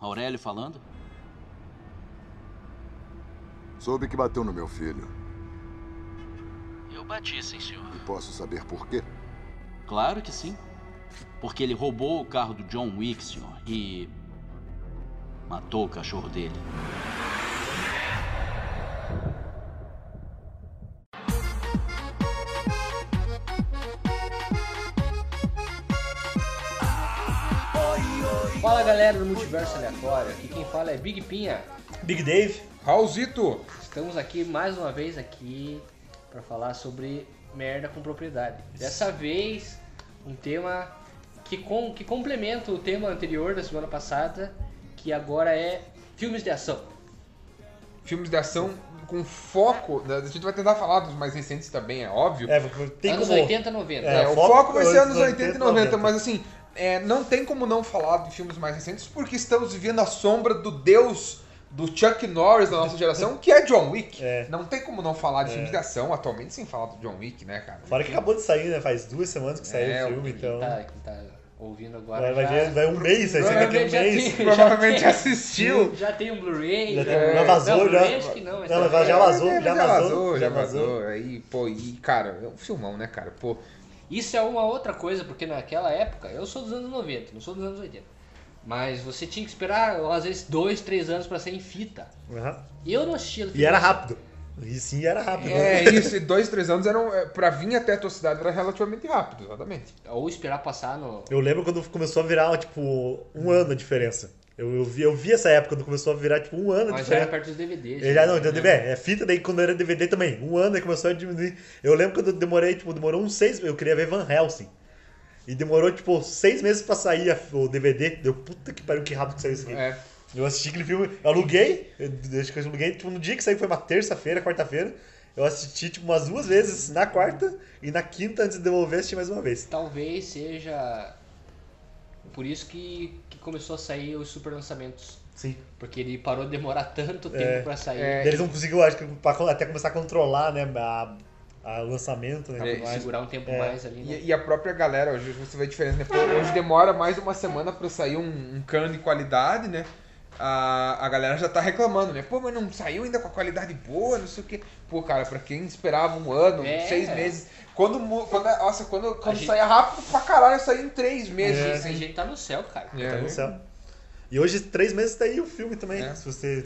Aurélio falando? Soube que bateu no meu filho. Eu bati, sim, senhor. E posso saber por quê? Claro que sim. Porque ele roubou o carro do John Wick, senhor, e. matou o cachorro dele. Fala galera do Multiverso Aleatório, aqui quem fala é Big Pinha. Big Dave. Raulzito, Estamos aqui mais uma vez aqui para falar sobre merda com propriedade. Dessa vez, um tema que, com, que complementa o tema anterior da semana passada, que agora é filmes de ação. filmes de ação com foco. né? A gente vai tentar falar dos mais recentes também, é óbvio. É, tem anos como... 80 90. É, É, o foco foco, vai ser é anos 80 e 90, mas assim, é, não tem como não falar de filmes mais recentes porque estamos vivendo a sombra do deus do Chuck Norris da nossa geração, que é John Wick. É. Não tem como não falar de filmes de ação atualmente sem falar do John Wick, né, cara? Fora que acabou de sair, né? Faz duas semanas que saiu É, o filme, o- então. Tá, quem tá ouvindo agora. vai, vai, já- ver- vai um mês, aí sai daqui a um Provavelmente já mês. tem- Provavelmente já tem- assistiu. Já tem um Blu-ray. Já tem- já vazou, não, Blu-ray já- acho que não, mas não, mas também- já vazou, É, já já vazou, vazou, já já vazou. vazou. Aí, pô, e cara, é um filmão, né, cara? Pô, Isso é uma outra coisa, porque naquela época, eu sou dos anos 90, não sou dos anos 80. Mas você tinha que esperar, às vezes, dois, três anos pra ser em fita. Aham. Eu não assistia do E era rápido. E sim, era rápido. é isso, e dois, três anos eram. é, Pra vir até a tua cidade era relativamente rápido, exatamente. Ou esperar passar no. Eu lembro quando começou a virar, tipo, um ano a diferença. Eu, eu, vi, eu vi essa época quando começou a virar, tipo, um ano a Mas já era diferença. perto dos DVDs. Ele já não, já, é, é fita, daí quando era DVD também. Um ano aí começou a diminuir. Eu lembro quando eu demorei, tipo, demorou uns seis. Eu queria ver Van Helsing. E demorou, tipo, seis meses pra sair a- o DVD. Deu puta que pariu, que rápido que saiu isso aqui. É. Eu assisti aquele filme, eu aluguei, eu, acho que eu aluguei, tipo, no dia que saiu foi uma terça-feira, quarta-feira. Eu assisti, tipo, umas duas vezes na quarta e na quinta, antes de devolver, assisti mais uma vez. Talvez seja. Por isso que, que começou a sair os super lançamentos. Sim. Porque ele parou de demorar tanto tempo pra sair. É. Eles não conseguiam, acho que, pra, até começar a controlar, né, a, a lançamento, né, pra tudo mais. segurar um tempo mais ali. né? É, E, e a própria galera, hoje você vê a diferença, né? Pô, hoje demora mais uma semana pra sair um, um cano de qualidade, né? A, a galera já tá reclamando, né? Pô, mas não saiu ainda com a qualidade boa, não sei o quê. Pô, cara, pra quem esperava um ano, É. seis meses. Quando, mu- quando, nossa, quando, quando gente- saía rápido pra caralho, saía em três meses. Esse- A assim. gente tá no céu, cara. É. Tá no céu. E hoje, três meses, tá aí o filme também. É. Se você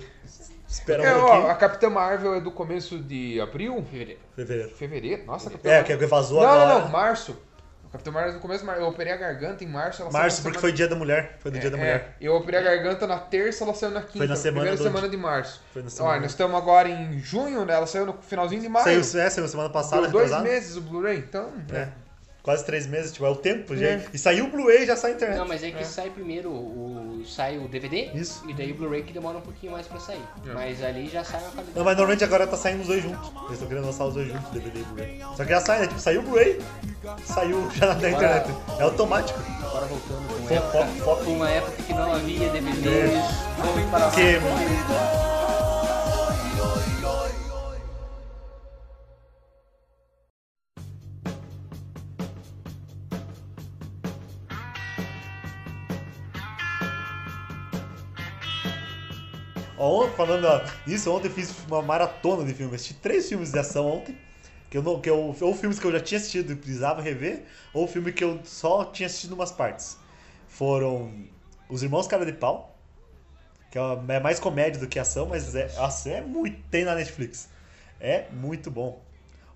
esperar um É, ó, pouquinho. a Capitã Marvel é do começo de abril? Fevereiro. Fevereiro. Fevereiro? Nossa, a Capitã É, Marvel- que vazou Não, agora. não, não, março. O Capitão Marvel no começo, de março. eu operei a garganta em março. Ela Março, saiu na porque foi semana- dia da mulher. Foi no dia da É, mulher. é. eu operei a garganta na terça, ela saiu na quinta. na semana Primeira do- semana de março. Foi na Olha, semana. nós estamos agora em junho, né? Ela saiu no finalzinho de maio. Saiu, é, saiu semana Deu passada, dois retrasada. meses o Blu-ray, então... É. Quase três meses, tipo, é o tempo, É. gente. E saiu o Blu-ray já sai a internet. Não, mas é que sai primeiro o. sai o DVD Isso. É. e daí o Blu-ray que demora um pouquinho mais pra sair. Mas ali já sai uma qualidade. Não, mas normalmente agora tá saindo os dois juntos. Eles estão querendo lançar os dois juntos, DVD e Blu-ray. Só que já sai, né? Tipo, saiu o Blu-ray, saiu já na internet. É automático. Agora voltando com Foco, época, foco, foco. é uma época que não havia DVDs. Vamos para lá. Porque Ó, on- falando ó, isso, ontem eu fiz uma maratona de filmes. Assisti três filmes de ação ontem. Que eu não, que eu, ou filmes que eu já tinha assistido e precisava rever, ou filme que eu só tinha assistido umas partes. Foram Os Irmãos Cara de Pau, que é, uma- é mais comédia do que ação, mas é, ação é muito. Tem na Netflix. É muito bom.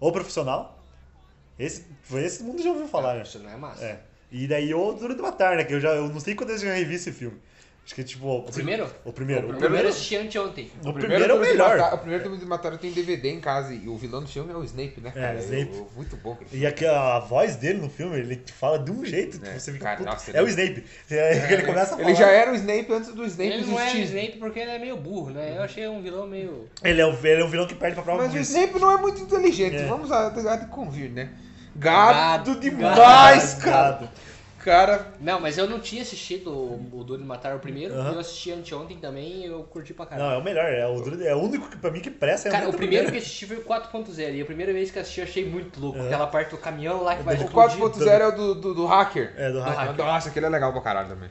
O Profissional. Esse, esse mundo já ouviu falar, né? Isso não é massa. É. E daí o Duro de Matar, né? Que eu já eu não sei quando eu já revi esse filme. Acho que tipo. O primeiro? O primeiro. O O primeiro- primeiro eu assisti anteontem. O primeiro é o filme de melhor. Matar- o primeiro filme de Matar tem DVD em casa e o vilão do filme é o Snape, né, cara? o Snape. Eu- eu- muito bom. aquele filme. E aqui a voz dele no filme, ele te fala de um jeito que É, você fica. cara, puto. nossa, é o ele- Snape. É, ele começa a falar. Ele já era o Snape antes do Snape Ele não é existir. Snape porque ele é meio burro, né? Eu achei um vilão meio. Ele é um, ele é um vilão que perde pra né? prova Mas o disso. Snape não é muito inteligente, É. vamos a, a de convir, né? Gado, Gado, demais, Tá cara. Gado. Cara, Não, mas eu não tinha assistido o o Duro de Matar o primeiro. Aham. Eu assisti anteontem também e eu curti pra caralho. Não, é o melhor. É o, duro- é o único que pra mim que presta. É Cara, o muito primeiro que eu assisti foi o 4.0 e a primeira vez que eu assisti eu achei muito louco. Aquela parte do caminhão lá que vai o explodir. 4.0 é o do, do, do hacker. É, do hacker. Nossa, aquele é legal pra caralho também.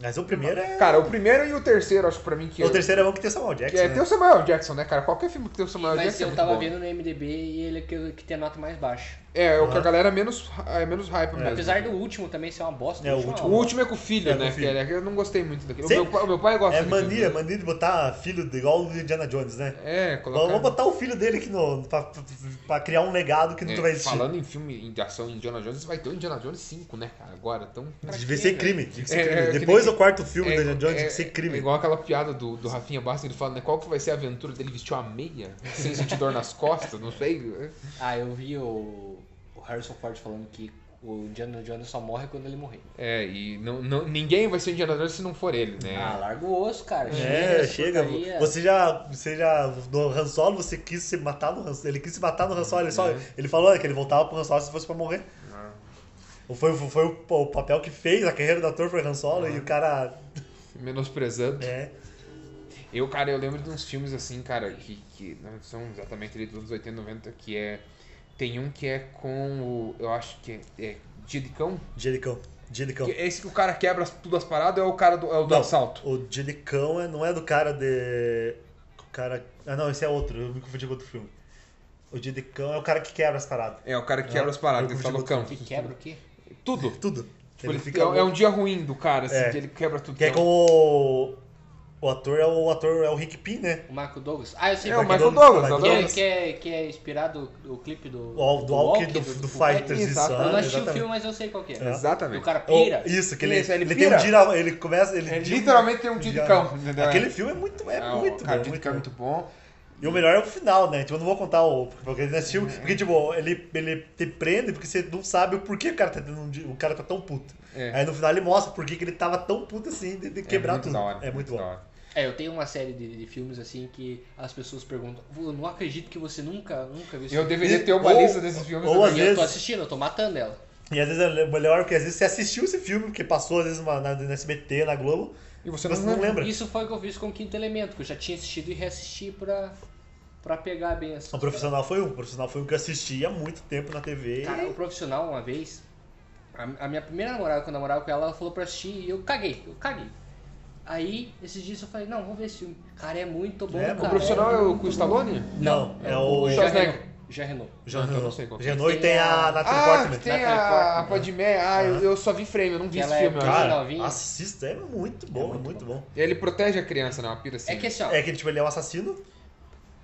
Mas o primeiro é. Cara, o primeiro e o terceiro, acho que pra mim que o terceiro é bom que tem o Samuel é, que Jackson. é né? tem o Samuel Jackson, né, cara? Qualquer filme que tem o Samuel Mas Jackson. é eu muito tava bom. vendo no MDB e ele é que, que tem a nota mais baixa. É, é o que a Aham. galera é menos, é menos hype mesmo. Apesar do último também ser uma bosta. É, o O uma- último é com o filho, É, com né? o filho. que é- eu não gostei muito daquele. O Sempre- meu, pai- o meu pai gosta É daquele. mania, mania de botar filho de- igual o do Indiana Jones, né? É, Vamos colocar. botar o filho dele aqui no. Pra, pra- pra criar um legado que É, nunca vai existir. falando em filme de ação Indiana Jones, vai ter o Indiana Jones 5, né, cara? Agora, então. pra Devia quê, ser velho? crime. devia ser É, crime. é, que Depois nem- do quarto filme do Indiana é, Jones, é, devia ser é crime. igual aquela piada do, do Rafinha Bastos, ele fala, né? Qual que vai ser a aventura dele vestir uma meia sem sentir dor nas costas? Não sei. né? Ah, eu vi o, o Harrison Ford falando que o Indiana Jones só morre quando ele morrer. É, e não, não- ninguém vai ser Indiana Jones se não for ele, né? Ah, larga o osso, cara. É, essa chega. é. porcaria. Você já, você já. No Han Solo, você quis se matar no Han Solo. Ele quis se matar no Han Solo. Ele, só, Uhum. ele falou né, que ele voltava pro Han Solo se fosse pra morrer. Ah. Foi, foi, foi o, o papel que fez a carreira do ator foi Han Solo Uhum. e o cara. Menosprezando. É, Eu, cara, eu lembro de uns filmes assim, cara, que, que não são exatamente ali dos anos 80, 90, que é. Tem um que é com o. Eu acho que é. é Dia de Cão? Jericão. Jericão. Que é Esse que o cara quebra as- tudo as paradas ou é o cara do, é o do Não. assalto? O Jericão é, não é do cara de. O cara. Ah, não, esse é outro. Eu me confundi com outro filme. O Jericão é o cara que quebra as paradas. É, o cara que quebra Não, as paradas, eu ele tá confundi loucão. Que quebra o quê? Tudo. Tudo. Tipo, ele é, é um dia ruim do cara, assim, É. que ele quebra tudo. Que é com o. O ator é o ator é o Rick Pin, né? O Michael Douglas. Ah, eu sei É o porque- Michael Douglas, Michael que, é, Douglas. que, é, que é inspirado o clipe do. O Al- do Walk do, do, Fighters é isso. Exato. Eu Eu ah, não assisti o exatamente. Oh, filme, mas eu sei qual que é. É. O Então, Exatamente. cara Ou- pira. Isso, que ele, Isso, ele ele, tem um pira. gira, ele começa, ele É gira- literalmente um dia de gira- cão, entendeu? Aquele filme é muito, é Ah, o muito cara, bom, Dia de muito Cão é bom. muito bom. Uhum. E o melhor é o final, né? Tipo, eu não vou contar o porque ele assistiu, porque tipo, ele ele te prende porque você não sabe o porquê o cara tá tendo um dia- o cara tá tão puto. É. Aí no final ele mostra por que que ele tava tão puto assim de, de quebrar é muito tudo. Da hora, é muito bom. da hora. É, eu tenho uma série de, de filmes assim que as pessoas perguntam. Eu não acredito que você nunca, nunca viu esse Eu filme." deveria ter uma ou- lista desses filmes. ou também. às E eu vezes- tô assistindo, eu tô matando ela. E às vezes é melhor porque às vezes você assistiu esse filme porque passou às vezes uma, na, na SBT, na Globo, E você você não, não, lembra. Isso foi o que eu fiz com o Quinto Elemento, que eu já tinha assistido e reassisti pra, pra pegar bem essa. O profissional foi um, o profissional foi um que eu assisti há muito tempo na TV. Cara, o profissional, uma vez, a, a minha primeira namorada, quando eu namorava com ela, ela falou pra assistir e eu caguei, eu caguei. Aí, esses dias eu falei, não, vou ver esse filme. Cara, é muito bom, É, cara. O profissional é o com o Stallone? Não, é o. Já Schwarzenegger. Renault. Já Renault. Já Não, então eu não sei qual que é. Genoa e Ah, tem a Natalie Portman. Ah, né? que tem Natalie a, Portman, a Padmé. Ah, eu, eu só vi frame, eu não Que vi esse ela é filme. eu acho. cara. Cara, novinha. assista, é muito bom, é muito, bom. Ele protege a criança, né? Uma pira assim. É que assim, ó, É que tipo, ele é um assassino.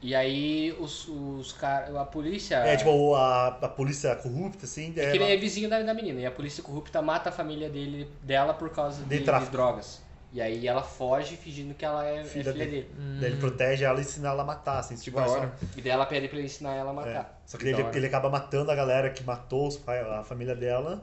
e aí os, os caras, a polícia... É tipo o- a, a polícia corrupta, assim. É É, que ele é vizinho da, da menina. E a polícia corrupta mata a família dele, dela por causa De de, de tráfico. drogas. E aí ela foge fingindo que ela é é filha, Filha dele. dele. Hum. daí ele protege ela e ensina ela a matar, assim, tipo, da é só- hora. E daí ela pede pra ele ensinar ela a é. matar. Só que daí Da ele, hora. ele acaba matando a galera que matou os pai, a família dela.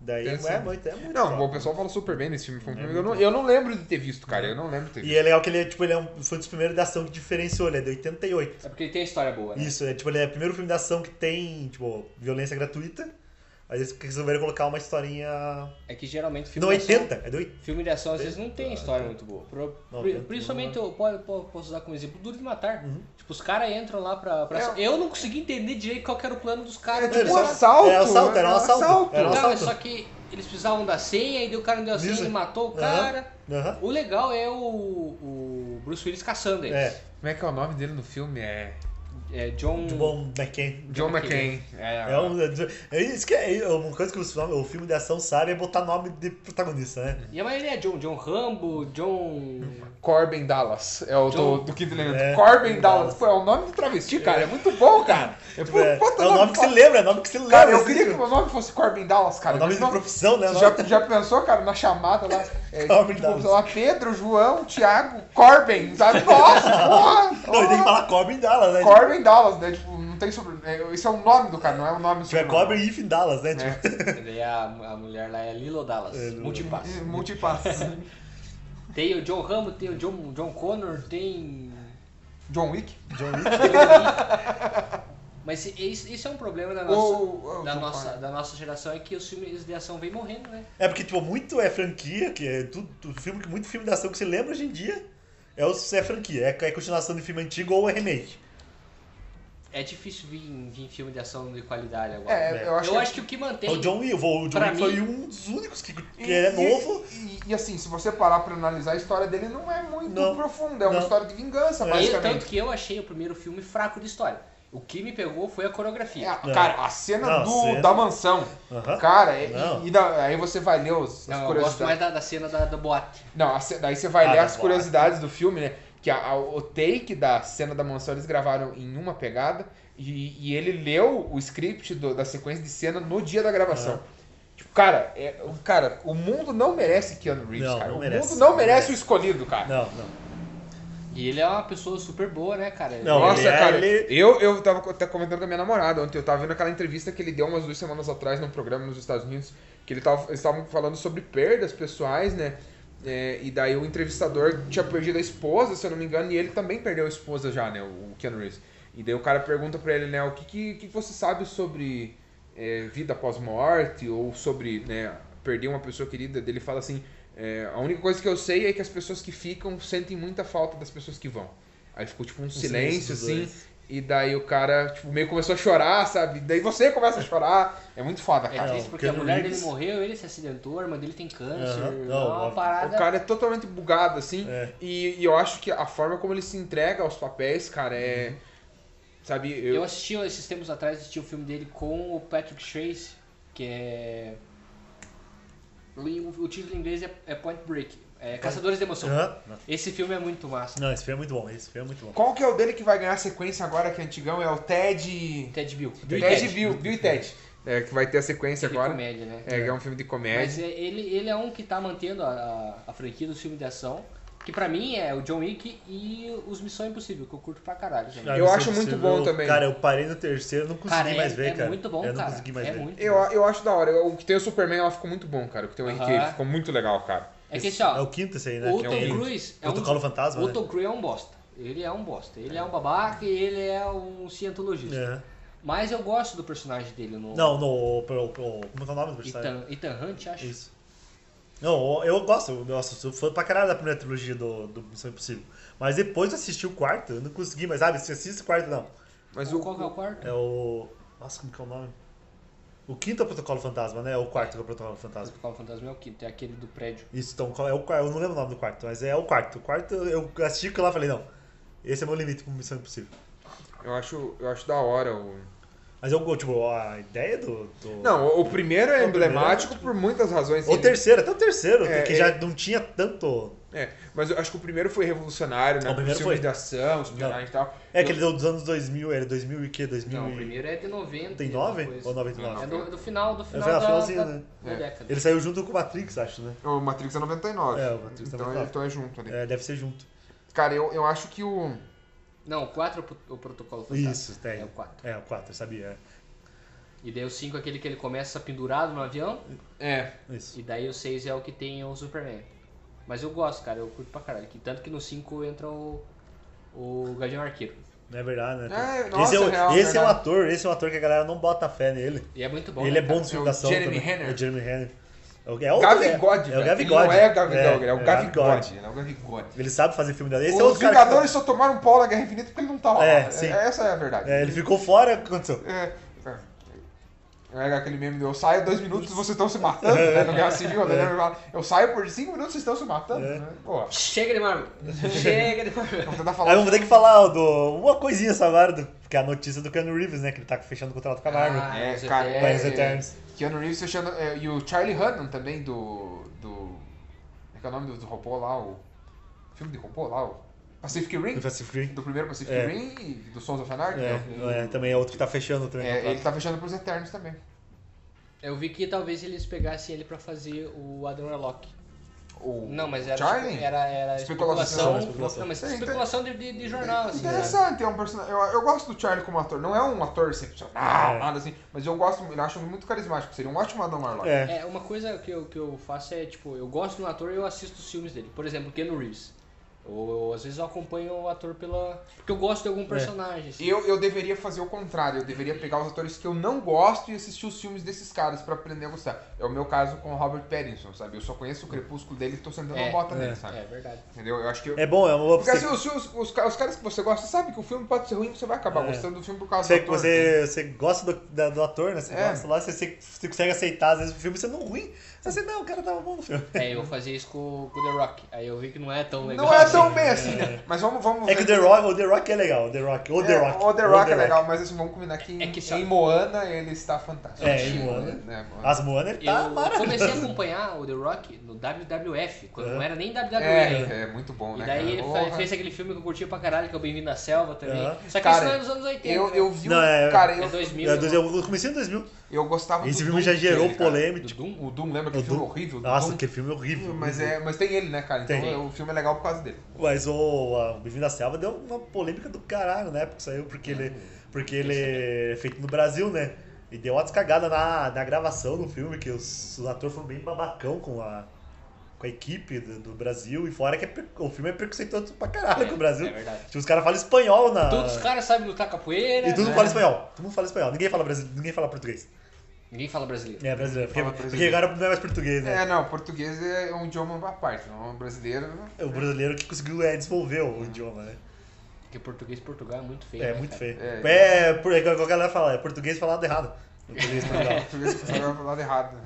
Daí Pensa. é muito, é muito Não, top. o pessoal fala super bem desse filme. Foi um É filme que eu, muito não, eu não lembro de ter visto, cara. Eu não lembro de ter visto. E é legal que ele é, tipo, ele é um, foi um dos primeiros da ação que diferenciou, ele é de 88. É porque ele tem história boa, né? Isso, é tipo, ele é o primeiro filme da ação que tem, tipo, violência gratuita. Aí eles resolveram colocar uma historinha. É que geralmente Tipo filme um Não, de ação- 80, é do 80. Filme de ação às vezes não tem história muito boa. Pro- Não, pri- tem- principalmente eu po- po- posso usar como exemplo Duro de Matar. Uhum. Tipo, os caras entram lá pra. pra- É. Eu não consegui entender direito qual que era o plano dos caras. É mas tipo um eles- assalto. É, assalto, era um né? assalto. Era um Não, é assalto. só que eles precisavam da senha, e daí o cara não deu a senha Isso. e matou o Aham. cara. Aham. O legal é o, o Bruce Willis caçando eles. É, Como é que é o nome dele no filme? É. É, John. de bom McCain. John McCain. É, um, é isso que é, é uma coisa que os filme- o filme de ação sabe é botar nome de protagonista, Tipo, né? E a maioria é John. John Rambo, John. Corbin Dallas. É o do, John- do Quinto Elemento. É, Corbin Corbin Dallas. Dallas. Pô, é o nome do travesti, cara. É, muito bom, cara. É, pô, é, puta é o nome que se foda. lembra, é o nome que se lembra. Cara, eu assim, queria que o tipo, meu nome fosse Corbin Dallas, é cara. o nome de Nome- profissão, né? Você Nome- já, já pensou, cara, na chamada lá? É, Corbin tipo, Dallas. sei lá, Pedro, João, Thiago, Corbin, sabe? Nossa, porra! Não, e tem que porra. falar Corbin Dallas, né? Corbin Dallas, né? Tipo, não tem sobre. é, Esse é o nome do cara, não é o nome Tipo, é Corbin e Ifin Dallas, né? Tipo, E daí a, a mulher lá é Lilo Dallas. É, Lilo. multipass. Multipass. Uhum. Tem o John Rambo, tem o John, John Connor, tem. John Wick. John Wick. Mas isso, isso é um problema da nossa, Ou- ou da, John nossa, Connor. da nossa geração, é que os filmes de ação vêm morrendo, né? É porque, tipo, muito é franquia, que é tudo, tudo filme, que muito filme de ação que você lembra hoje em dia é, os, é franquia. É, é continuação de filme antigo ou é remake. é difícil vir, vir filme de ação de qualidade agora. É, eu acho eu que acho que o que mantém. O John Wick, o John pra Wick foi mim- um dos únicos que, que é novo. E, e, assim, se você parar pra analisar, a história dele não é muito Não. profunda. É uma Não. história de vingança, É. E tanto basicamente. que eu achei o primeiro filme fraco de história. O que me pegou foi a É, coreografia. a- cara, a cena Não, do, cena- da mansão. Aham. Cara, é- Não. e, e da- aí você vai ler os, as Não, eu gosto mais curiosidades. da, da cena da, da boate. Não, a ce- daí você vai Ah, ler da as boate. curiosidades do filme, né? Que a- a- o take da cena da mansão eles gravaram em uma pegada e, e ele leu o script do- da sequência de cena no dia da gravação. Tipo, cara, é- cara, o mundo não merece Keanu Reeves, Não, cara. não o merece. mundo não Não merece merece. o escolhido, cara. Não, não. E ele é uma pessoa super boa, né, cara? Não, Nossa, ele é- cara, ele- eu, eu tava co- até comentando com a minha namorada ontem, eu tava vendo aquela entrevista que ele deu umas duas semanas atrás num programa nos Estados Unidos, que ele tava, eles estavam falando sobre perdas pessoais, né? É, e daí o entrevistador tinha perdido a esposa, se eu não me engano, e ele também perdeu a esposa já, né? O Keanu Reeves. E daí o cara pergunta pra ele, né, o que, que, que você sabe sobre é, vida após morte, ou sobre, né, perder uma pessoa querida, dele fala assim, é, a única coisa que eu sei é que as pessoas que ficam sentem muita falta das pessoas que vão. Aí ficou tipo um silêncio silêncio, dos assim, dois. e daí o cara, tipo, meio começou a chorar, sabe? Daí você começa a chorar. É muito foda, É cara. triste Não, porque a Keanu mulher Reeves- dele morreu, ele se acidentou, a irmã dele tem câncer. Aham, é não, uma óbvio. O parada. cara é totalmente bugado, assim. É. E, e eu acho que a forma como ele se entrega aos papéis, cara, é. Uhum. Sabe, Eu eu. assisti esses tempos atrás, assisti o filme dele com o Patrick Trace, que é. O, o título em inglês é, é Point Break. É Caçadores de Emoção. Aham. Não. Esse filme é muito massa. Não, esse filme é muito bom, esse filme é muito bom. Qual que é o dele que vai ganhar a sequência agora, que é antigão? É o Ted. Ted Bill. Ted, Bill, Bill e Ted. É, que vai ter a sequência Filme de agora. comédia, né? É, que é um filme de comédia. Mas é- ele, ele é um que tá mantendo a, a- a franquia do filme de ação, que pra mim é o John Wick e os Missão Impossível, que eu curto pra caralho. também. Cara, Eu Missão acho muito Impossível, bom também. Cara, eu parei no terceiro, não consegui Cara, é, mais ver, é cara. muito bom, eu não cara. consegui mais é ver. muito Eu, bom. eu acho da hora. O que tem o Superman, ela ficou muito bom, cara. O que tem o Henry Aham. Cavill ficou muito legal, cara. É que assim, É ó, o quinto esse aí, né? o Que é Tom um- Cruise é um... Protocolo Fantasma, O né? Tom Cruise é um bosta. Ele é um bosta. Ele é um babaca e ele é um cientologista. É. Mas eu gosto do personagem dele no Não, no... o- o- o- como é que é o nome do personagem? Ethan, Ethan Hunt, acho. Isso. Não, eu gosto, eu- nossa, eu sou fã pra caralho da primeira trilogia do, do Missão Impossível. Mas depois eu assisti o quarto, eu não consegui mais, sabe? Se assiste o quarto, não. Mas Ou o, qual que é o quarto? É o. Nossa, como que é o nome? O quinto é o Protocolo Fantasma, né? É O quarto que é o Protocolo Fantasma. O Fantasma é o quinto, é aquele do prédio. Isso, então qual é o quarto? Eu não lembro o nome do quarto, mas é o quarto. O quarto, eu assisti aquilo lá e falei, não, esse é meu limite com Missão Impossível. eu, acho, eu acho da hora o. Mas eu, tipo, a ideia do. do- Não, o- o primeiro é O primeiro é emblemático por muitas razões. O Ele- terceiro, até o terceiro, É, que é. já não tinha tanto. É, mas eu acho que o primeiro foi revolucionário, né? O primeiro Os filmes foi. de ação, espionagem e tal. É aquele dos anos 2000, era 2000 e quê? 2000 Não, e- o primeiro é de 90. alguma 99 coisa. ou 99? É do, do final, do final É, da, finalzinho, da- né? da É. década. Ele saiu junto com o Matrix, acho, né? O Matrix é 99. É, o Matrix é então, 99. é- Então é junto ali. É, deve ser junto. Cara, eu, eu acho que o. Não, o 4 é o pro- o protocolo fantasma. Isso, tem. É o 4. É, o 4, sabia? E daí o 5 é aquele que ele começa pendurado no avião. É. É, isso. E daí o 6 é o que tem o Superman. Mas eu gosto, cara, eu curto pra caralho. Que tanto que no 5 entra o, o Guardião Arqueiro. Não é verdade, né? É, Esse nossa, é o- é real, esse é um verdade. ator, esse é um ator que a galera não bota fé nele. E é muito bom. ele né, é bom cara? de É o filmação. Jeremy também. Renner. É o Jeremy Renner. É o, é o Gavigode, É, o velho. Gavigode. Ele não é Gavigode, é, é o Gavigode. É o Gavigode. Ele sabe fazer filme da Esse é Os outro cara Vingadores só tomaram um pau na Guerra Infinita porque ele não tava É, lá. sim. essa é a verdade. que- é, ele ficou fora, o que aconteceu? É, é. É aquele meme do eu saio dois minutos e vocês estão se matando, né? No Guerra Civil, né? Ele fala, Eu saio por cinco minutos e vocês estão se matando, É. né? Pô, eu Chega de Marvel! Chega de Marvel! vou tentar Aí falar. vamos ter que falar do, uma coisinha só agora, do, que é a notícia do Keanu Reeves, né? Que ele tá fechando o contrato com a Marvel. Ah, É, os cara, Vai Eternos. os Eternos. Keanu Reeves fechando. é, e o Charlie Hunnam também, do. do. É que é o nome do, do robô lá, o. Filme de robô lá, o. Pacific Rim? Do Pacific Rim. Do primeiro Pacific É. Rim e do Sons of Anarchy, né? É, é, também é outro que tá fechando também. o É, ele contrato. tá fechando pros Eternos também. Eu vi que talvez eles pegassem ele pra fazer o Adam Warlock. O Não, mas era, Charlie? era, era especulação. Especulação. Especulação. Não, mas É, então- especulação de, de, de jornal, assim. né? Interessante, é um personagem. Eu, eu gosto do Charlie como ator. Não é um ator excepcional, É. nada assim. Mas eu gosto, eu acho ele muito carismático. Seria um ótimo Adam Warlock. É. É, uma coisa que eu, que eu faço é, tipo, eu gosto de um ator e eu assisto os filmes dele. Por exemplo, Keanu Reeves. Eu, eu, às vezes eu acompanho o ator pela. Porque eu gosto de algum personagem. assim. É. Eu, eu deveria fazer o contrário, eu deveria pegar os atores que eu não gosto e assistir os filmes desses caras pra aprender a gostar. É o meu caso com o Robert Pattinson, sabe? Eu só conheço o crepúsculo dele e tô sentando É, a bota é, nele, sabe? É verdade. Entendeu? Eu acho que. Eu... É bom, é uma boa Porque pra assim, você. os, os, os, ca- os caras que você gosta, sabe que o filme pode ser ruim, você vai acabar É. gostando do filme por causa Você, do ator. você, você gosta do, da- do ator, né? Você né? É. gosta lá, você, você- você consegue aceitar, às vezes o filme sendo ruim. Você assim, não, o cara tava bom no filme. É, eu fazia isso com, com o The Rock. Aí eu vi que não é tão legal. Não é tão assim. bem assim, né? Mas vamos, vamos É que o The Rock, o The Rock é legal, o The Rock. O The É, Rock. O The Rock é legal, mas assim, vamos combinar que, em- É que só- em Moana ele está fantástico. É, em Moana. Né, Moana. As Moana, ele tá Eu comecei a maravilhoso. acompanhar o The Rock no WWF, quando É. não era nem WWF. É, é muito bom, E né? daí ele cara? fa- fez aquele filme que eu curtia pra caralho, que é o Bem-vindo na Selva também. Aham. Só que Cara, isso não é dos anos 80. Eu, né? eu vi. Não, um- é- cara, É eu, 2000. É, né? 2000, eu comecei em 2000. eu gostava Esse do filme Doom já gerou dele, cara. polêmica. Do Doom? O Doom, lembra que O filme Doom. horrível? do Nossa, Doom? que filme horrível. Mas, é, mas tem ele, né, cara? Então Tem. é- o filme é legal por causa dele. Mas o, a- o Bem-vindo à Selva deu uma polêmica do caralho na época que saiu, porque ele, porque ele é feito no Brasil, né? E deu umas cagadas na, na gravação do filme, que os, os atores foram bem babacão com a, com a equipe do, do Brasil. E fora que é per- o filme é preconceituoso pra caralho com o Brasil. É verdade. Tipo, os caras falam espanhol na... Todos os caras sabem lutar capoeira. E todo mundo né? fala espanhol. Todo mundo fala espanhol. Ninguém fala, brasi- ninguém fala português. Ninguém fala brasileiro. É, brasileiro. Porque, Fala porque brasileiro. agora não é mais português, né? É, não, português é um idioma à parte, não é um brasileiro. É o brasileiro que conseguiu é, desenvolver o idioma, né? Porque português e Portugal é muito feio. É né, muito cara? feio. É. É, por é igual a galera fala, é português falado errado. tá Português É, legal. português que foi pro lado errado. né?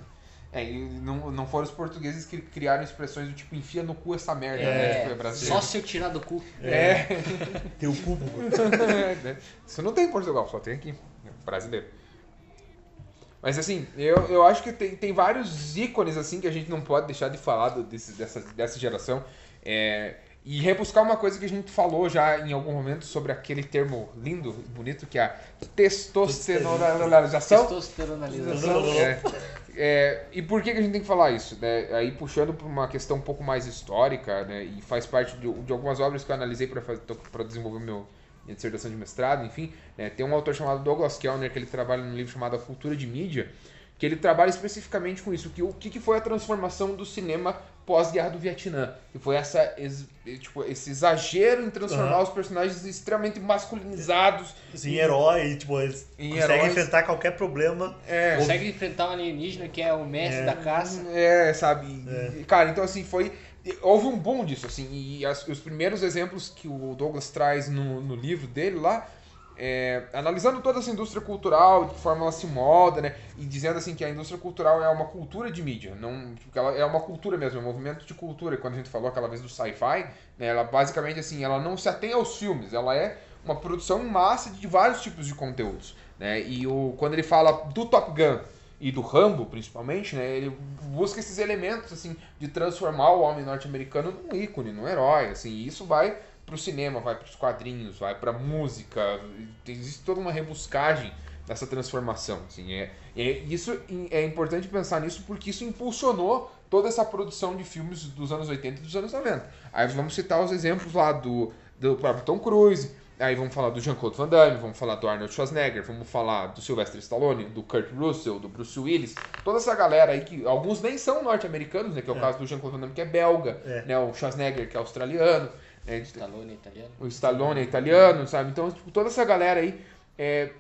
É, e não, não foram os portugueses que criaram expressões do tipo enfia no cu essa merda, né? Tipo, é É, brasileiro. só se eu tirar do cu. É. Teu cu. Isso não tem em Portugal, só tem aqui. né? Brasileiro. Mas assim, eu, eu acho que tem, tem vários ícones assim que a gente não pode deixar de falar do- desses- dessa, dessa geração. É, e rebuscar uma coisa que a gente falou já em algum momento sobre aquele termo lindo e bonito que é a testosteronização. Testosteronalização. É. É, e por que, que a gente tem que falar isso? né? Aí puxando para uma questão um pouco mais histórica, né, e faz parte de, de algumas obras que eu analisei para desenvolver meu, minha dissertação de mestrado, enfim, né, tem um autor chamado Douglas Kellner que ele trabalha num livro chamado A Cultura de Mídia, que ele trabalha especificamente com isso, que o que, que foi a transformação do cinema pós-guerra do Vietnã, que foi essa ex- eh, tipo, esse exagero em transformar Aham. os personagens extremamente masculinizados Assim, herói, tipo, eles Em conseguem heróis. enfrentar qualquer problema. é, Consegue enfrentar um alienígena que é o mestre É. da caça. É, sabe? E, Cara, então assim, foi. Houve um boom disso, assim, e as- os primeiros exemplos que o Douglas traz no, no livro dele lá, é, analisando toda essa indústria cultural, de que forma ela se molda, né? E dizendo assim que a indústria cultural é uma cultura de mídia, não, tipo, que ela é uma cultura mesmo, é um movimento de cultura. Quando a gente falou aquela vez do sci-fi, né, ela basicamente assim, ela não se atém aos filmes, ela é uma produção em massa de vários tipos de conteúdos, né? E o, quando ele fala do Top Gun e do Rambo, principalmente, né? Ele busca esses elementos assim de transformar o homem norte-americano num ícone, num herói, assim. E isso vai pro cinema, vai pros quadrinhos, vai pra música. Existe toda uma rebuscagem dessa transformação, assim. É, é isso é importante pensar nisso porque isso impulsionou toda essa produção de filmes dos anos 80 e dos anos 90. Aí vamos citar os exemplos lá do, do próprio Tom Cruise, aí vamos falar do Jean-Claude Van Damme, vamos falar do Arnold Schwarzenegger, vamos falar do Sylvester Stallone, do Kurt Russell, do Bruce Willis, toda essa galera aí que alguns nem são norte-americanos, né, que é o É. caso do Jean-Claude Van Damme que é belga, É. né, o Schwarzenegger que é australiano, né, a gente Stallone Tá italiano. o Stallone é italiano, sabe? Então, tipo, toda essa galera aí é,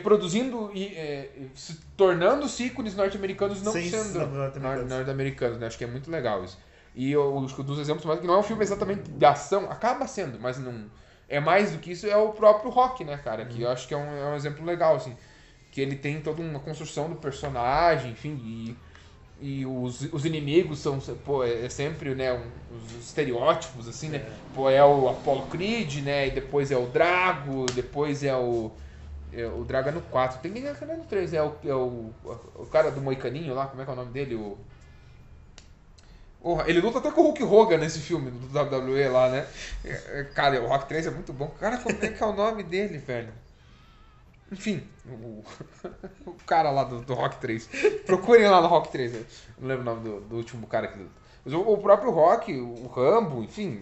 reproduzindo e é, se tornando-se ícones norte-americanos, não Sem sendo ser norte-americanos. nor- norte-americanos, né? Acho que é muito legal isso. E eu acho que um dos exemplos mais que não é um filme exatamente de ação, acaba sendo, mas não. É mais do que isso, é o próprio rock, né, cara? Que eu acho que é um, é um exemplo legal, assim. Que ele tem toda uma construção do personagem, enfim, e e os, os inimigos são pô, é é sempre né um- os estereótipos assim né pô é o Apollo Creed né e depois é o Drago depois é o é o Drago é no 4 tem ninguém que é no 3 é o é o, o cara do moicaninho lá como é que é o nome dele o Porra, ele luta até com o Hulk Hogan nesse filme do WWE lá, né? É, é, Cara, o Rock 3 é muito bom. Cara, como é que é o nome dele, velho? Enfim, o, o cara lá do, do Rock 3. Procurem lá no Rock 3. né? Não lembro o nome do, do último cara que. Mas o, o próprio Rock, o Rambo, enfim.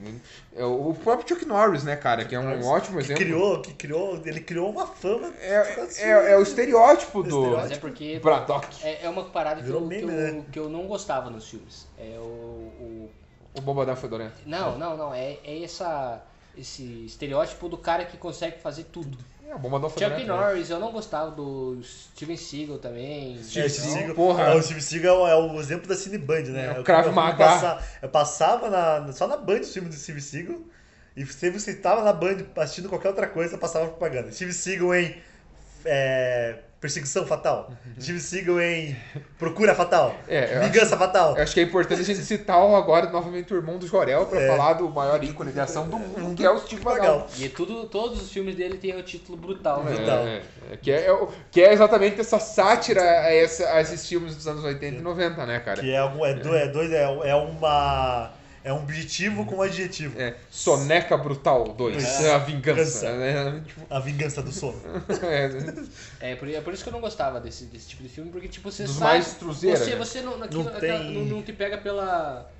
é o, o próprio Chuck Norris, né, cara? Que é um Norris, ótimo Que exemplo. criou, que criou, ele criou uma fama. É, assim, é, é o estereótipo do Estereótipo. Mas é porque Braddock. é, é uma parada que Virou eu, meme, que, eu, né? que eu não gostava nos filmes. É o, o, O Bobadão Fedorento. Não, não, não. É, é essa, esse estereótipo do cara que consegue fazer tudo. É, o Bobadão Chuck Fedorento. né? Norris, eu não gostava do Steven Seagal também. então, É, o Steve Não, Seagal, porra. é, o Steve Seagal é o- é o exemplo da Cineband, né? É o Eu- Krav eu fui Maga. passar- eu é, passava na- só na Band o filme do Steve Seagal. E se você tava na Band assistindo qualquer outra coisa, passava propaganda. Steve Seagal em é, Perseguição Fatal. Steve Seagal em Procura Fatal. É, eu acho- Vingança Fatal. Eu acho que é importante a gente citar o agora novamente o irmão do Jorel pra É. falar do maior ícone de ação do mundo, que é o Steve Magal. um Legal. Então. E é tudo, todos os filmes dele tem o título brutal, né? É, velho. Brutal. é, é, que, é, é o- que é exatamente essa sátira a, essa- a esses filmes dos anos 80 e 90, né, cara? Que é, algum- é, do- é dois, é, é uma. É um objetivo com um adjetivo. É, Soneca Brutal 2, É. a Vingança. vingança. né? Tipo, A vingança do sono. é, É por, é por isso que eu não gostava desse, desse tipo de filme, porque tipo, você dos sabe. mais truzeiras. Você, né? você não, aquilo- Não aquela- tem- não- não te pega pela.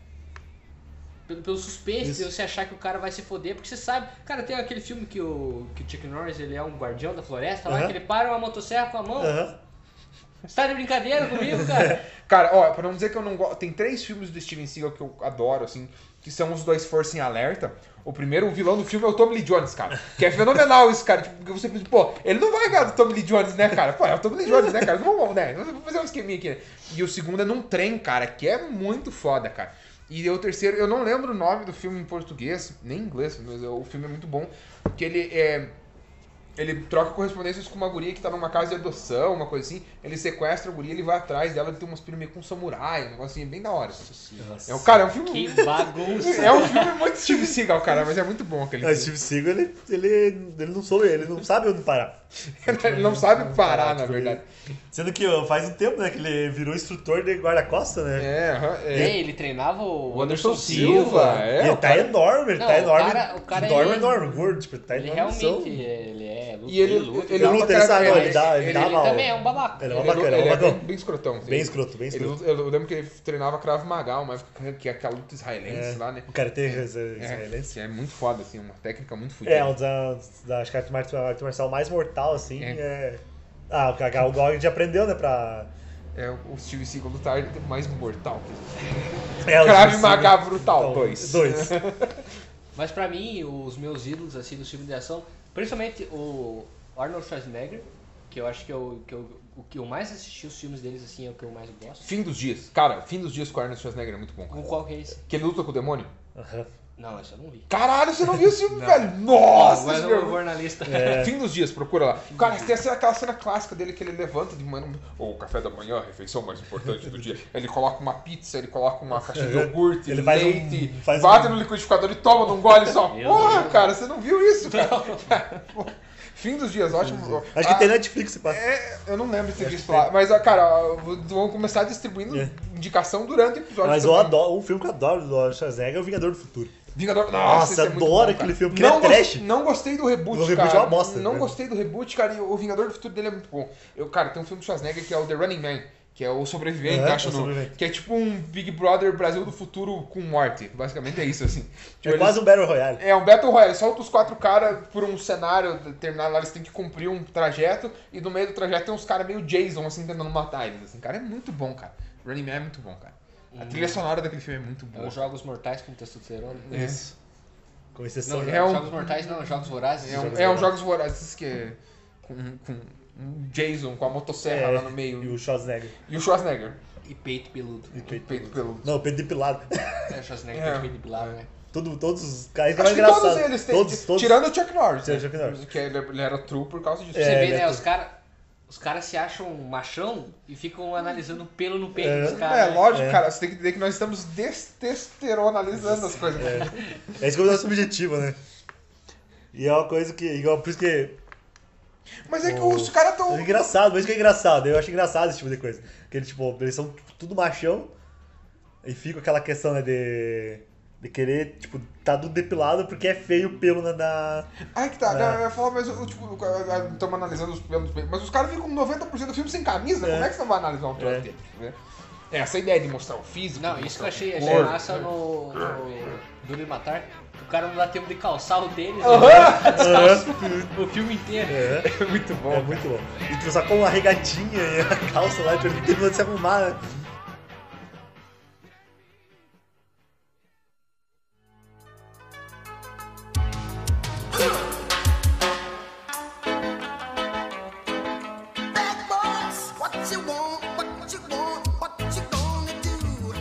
Pelo, pelo suspense Isso. de você achar que o cara vai se foder, porque você sabe. Cara, tem aquele filme que o, que o Chuck Norris ele é um guardião da floresta lá, Aham. que ele para uma motosserra com a mão. Aham. Você tá de brincadeira comigo, cara? Cara, ó, pra não dizer que eu não gosto. Tem três filmes do Steven Seagal que eu adoro, assim, que são os dois Força em Alerta. O primeiro, o vilão do filme é o Tommy Lee Jones, cara. Que é fenomenal isso, cara. Tipo, porque você pensa, pô, ele não vai ganhar do Tommy Lee Jones, né, cara? Pô, é o Tommy Lee Jones, né, cara? Vamos, vamos, né? Vamos fazer um esqueminha aqui, né? E o segundo é num trem, cara, que é muito foda, cara. E o terceiro, eu não lembro o nome do filme em português, nem em inglês, mas o filme é muito bom. Que ele é. Ele troca correspondências com uma guria que tá numa casa de adoção, uma coisa assim. Ele sequestra a guria, ele vai atrás dela, ele tem umas pirâmides com um samurai, um negócio assim, bem da hora. É um, cara, é um filme. que bagunça. É um filme muito Steve Seagal, cara, mas é muito bom aquele O filme. Steve Seagal, ele, ele, ele não soube, ele não sabe onde parar. Ele não sabe parar, Tipo, na verdade. Sendo que ó, faz um tempo, né, que ele virou instrutor de guarda-costa, né? É, aham, É, é. ele treinava o O Anderson Anderson Silva. Silva. é. ele o tá cara- enorme, ele Não, tá o enorme. cara- o é cara, enorme, um- ele- enorme, gordo, tipo, ele tá Ele enorme. realmente são- é- ele é luta, E ele- luta. ele Ele luta, ele sabe, Ele- ele dá, ele ele- dá Ele mal. também é um babaca. Ele é Ele, um babaca, ele é um ele é bem, babacão. bem escrotão. assim. Bem escroto, bem Ele, escroto. eu lembro que ele treinava Krav Maga, uma época que é aquela luta israelense lá, né? O cara tem res- É, israelense. que é muito foda, assim, uma técnica muito fodida. É, um dos, ah, dos- da, acho que a arte marcial- a arte marcial mais mortal, assim, É. é... Ah, o Gal Gog já aprendeu, né, pra... É o Steve Seagal do Target mais mortal. que existe. É, o Krav Steve Maga Seagal. Brutal Então, dois. Dois. Mas pra mim, os meus ídolos assim do filme de ação, principalmente o Arnold Schwarzenegger, que eu acho que é o que eu, o que eu mais assisti os filmes deles assim é o que eu mais gosto. Fim dos dias. Cara, Fim dos dias com o Arnold Schwarzenegger é muito bom. cara. Com qual que é esse? Que ele luta com o demônio. Aham. Não, esse eu não vi. Caralho, você não viu esse filme, velho? Agora Nossa, é eu meu. vou pôr na lista. É. Fim dos dias, procura lá. Cara, tem essa- aquela cena clássica dele que ele levanta de manhã. Ou café da manhã, a refeição mais importante do dia. Ele coloca uma pizza, ele coloca uma caixa de iogurte, Ele faz um- leite, faz bate um- no liquidificador e toma num gole só. Meu Porra, Deus. cara, você não viu isso, cara? Pô, Fim dos dias, ótimo. Acho que Ah, tem Netflix, se passa. É, eu não lembro de ter visto lá. Mas, ah, cara, ah, vou- vamos começar distribuindo É. indicação durante o episódio. Mas eu também. adoro, um filme que eu adoro do Arnold Schwarzenegger é o Vingador do Futuro. Vingador. Nossa, esse é muito adoro bom, cara. aquele filme, porque Não, ele é gos- trash. não gostei do reboot, O reboot cara. é uma bosta, não né? gostei do reboot, cara. E o Vingador do Futuro dele é muito bom. Eu, cara, tem um filme do Schwarzenegger que é o The Running Man. Que é o sobrevivente, É, acho. é o no- Sobrevivente. que é tipo um Big Brother Brasil do futuro com morte. Basicamente é isso, assim. Tipo, É quase um Battle Royale. é um Battle Royale, solta os quatro caras por um cenário determinado lá, eles têm que cumprir um trajeto, e no meio do trajeto tem uns caras meio Jason, assim, tentando matar eles. Assim, cara, é muito bom, cara. Running Man é muito bom, cara. A trilha sonora daquele filme é muito É boa. os Jogos Mortais com testosterona. É. Com exceção. Não, né? é um- Jogos Mortais não, Jogos Vorazes. É um, é um Jogos Vorazes que é com, com um Jason com a motosserra É, lá no E meio. o Schwarzenegger. E o Schwarzenegger. E peito peludo. E peito. Peito peludo. Não, Pedro Depilado. É, Schwarzenegger É. tem peito pilado, né? Todo, todos os caras. Acho é que engraçado. todos eles têm. tipo, Todos, todos. Tirando o Chuck Norris. Tirando né? o Chuck Norris. Que ele, ele era true por causa disso. Você É, vê, né, né, tu- os caras os caras se acham um machão e ficam analisando o pelo no peito É. dos É, caras. né? lógico, É. cara. Você tem que entender que nós estamos destestosteronalizando as coisas. É isso que é o nosso objetivo, né? E é uma coisa que. igual- Por isso que. Mas é que O- os caras É tão. engraçado, mas isso que é engraçado. Eu acho engraçado esse tipo de coisa. Que eles, tipo, eles são tudo machão. E fica aquela questão, né, de. De querer, tipo, tá do depilado porque é feio o pelo na. na... Ai que tá. É. Não, eu ia falar, mas eu, tipo, estamos analisando os pelos. Mas os caras ficam 90% do filme sem camisa. Como é que você não vai analisar um troço É. dele? né? É, essa ideia de mostrar o físico. né, Não, de isso que eu mostrar achei, a achei cor. massa no, no Duro de Matar. O cara não dá tempo de calçar o tênis Aham! o filme inteiro. É. É muito bom. É muito bom. E tipo, só com a regatinha e a calça lá, tipo, ele terminou de se arrumar, né? what you want, what you want, what you gonna do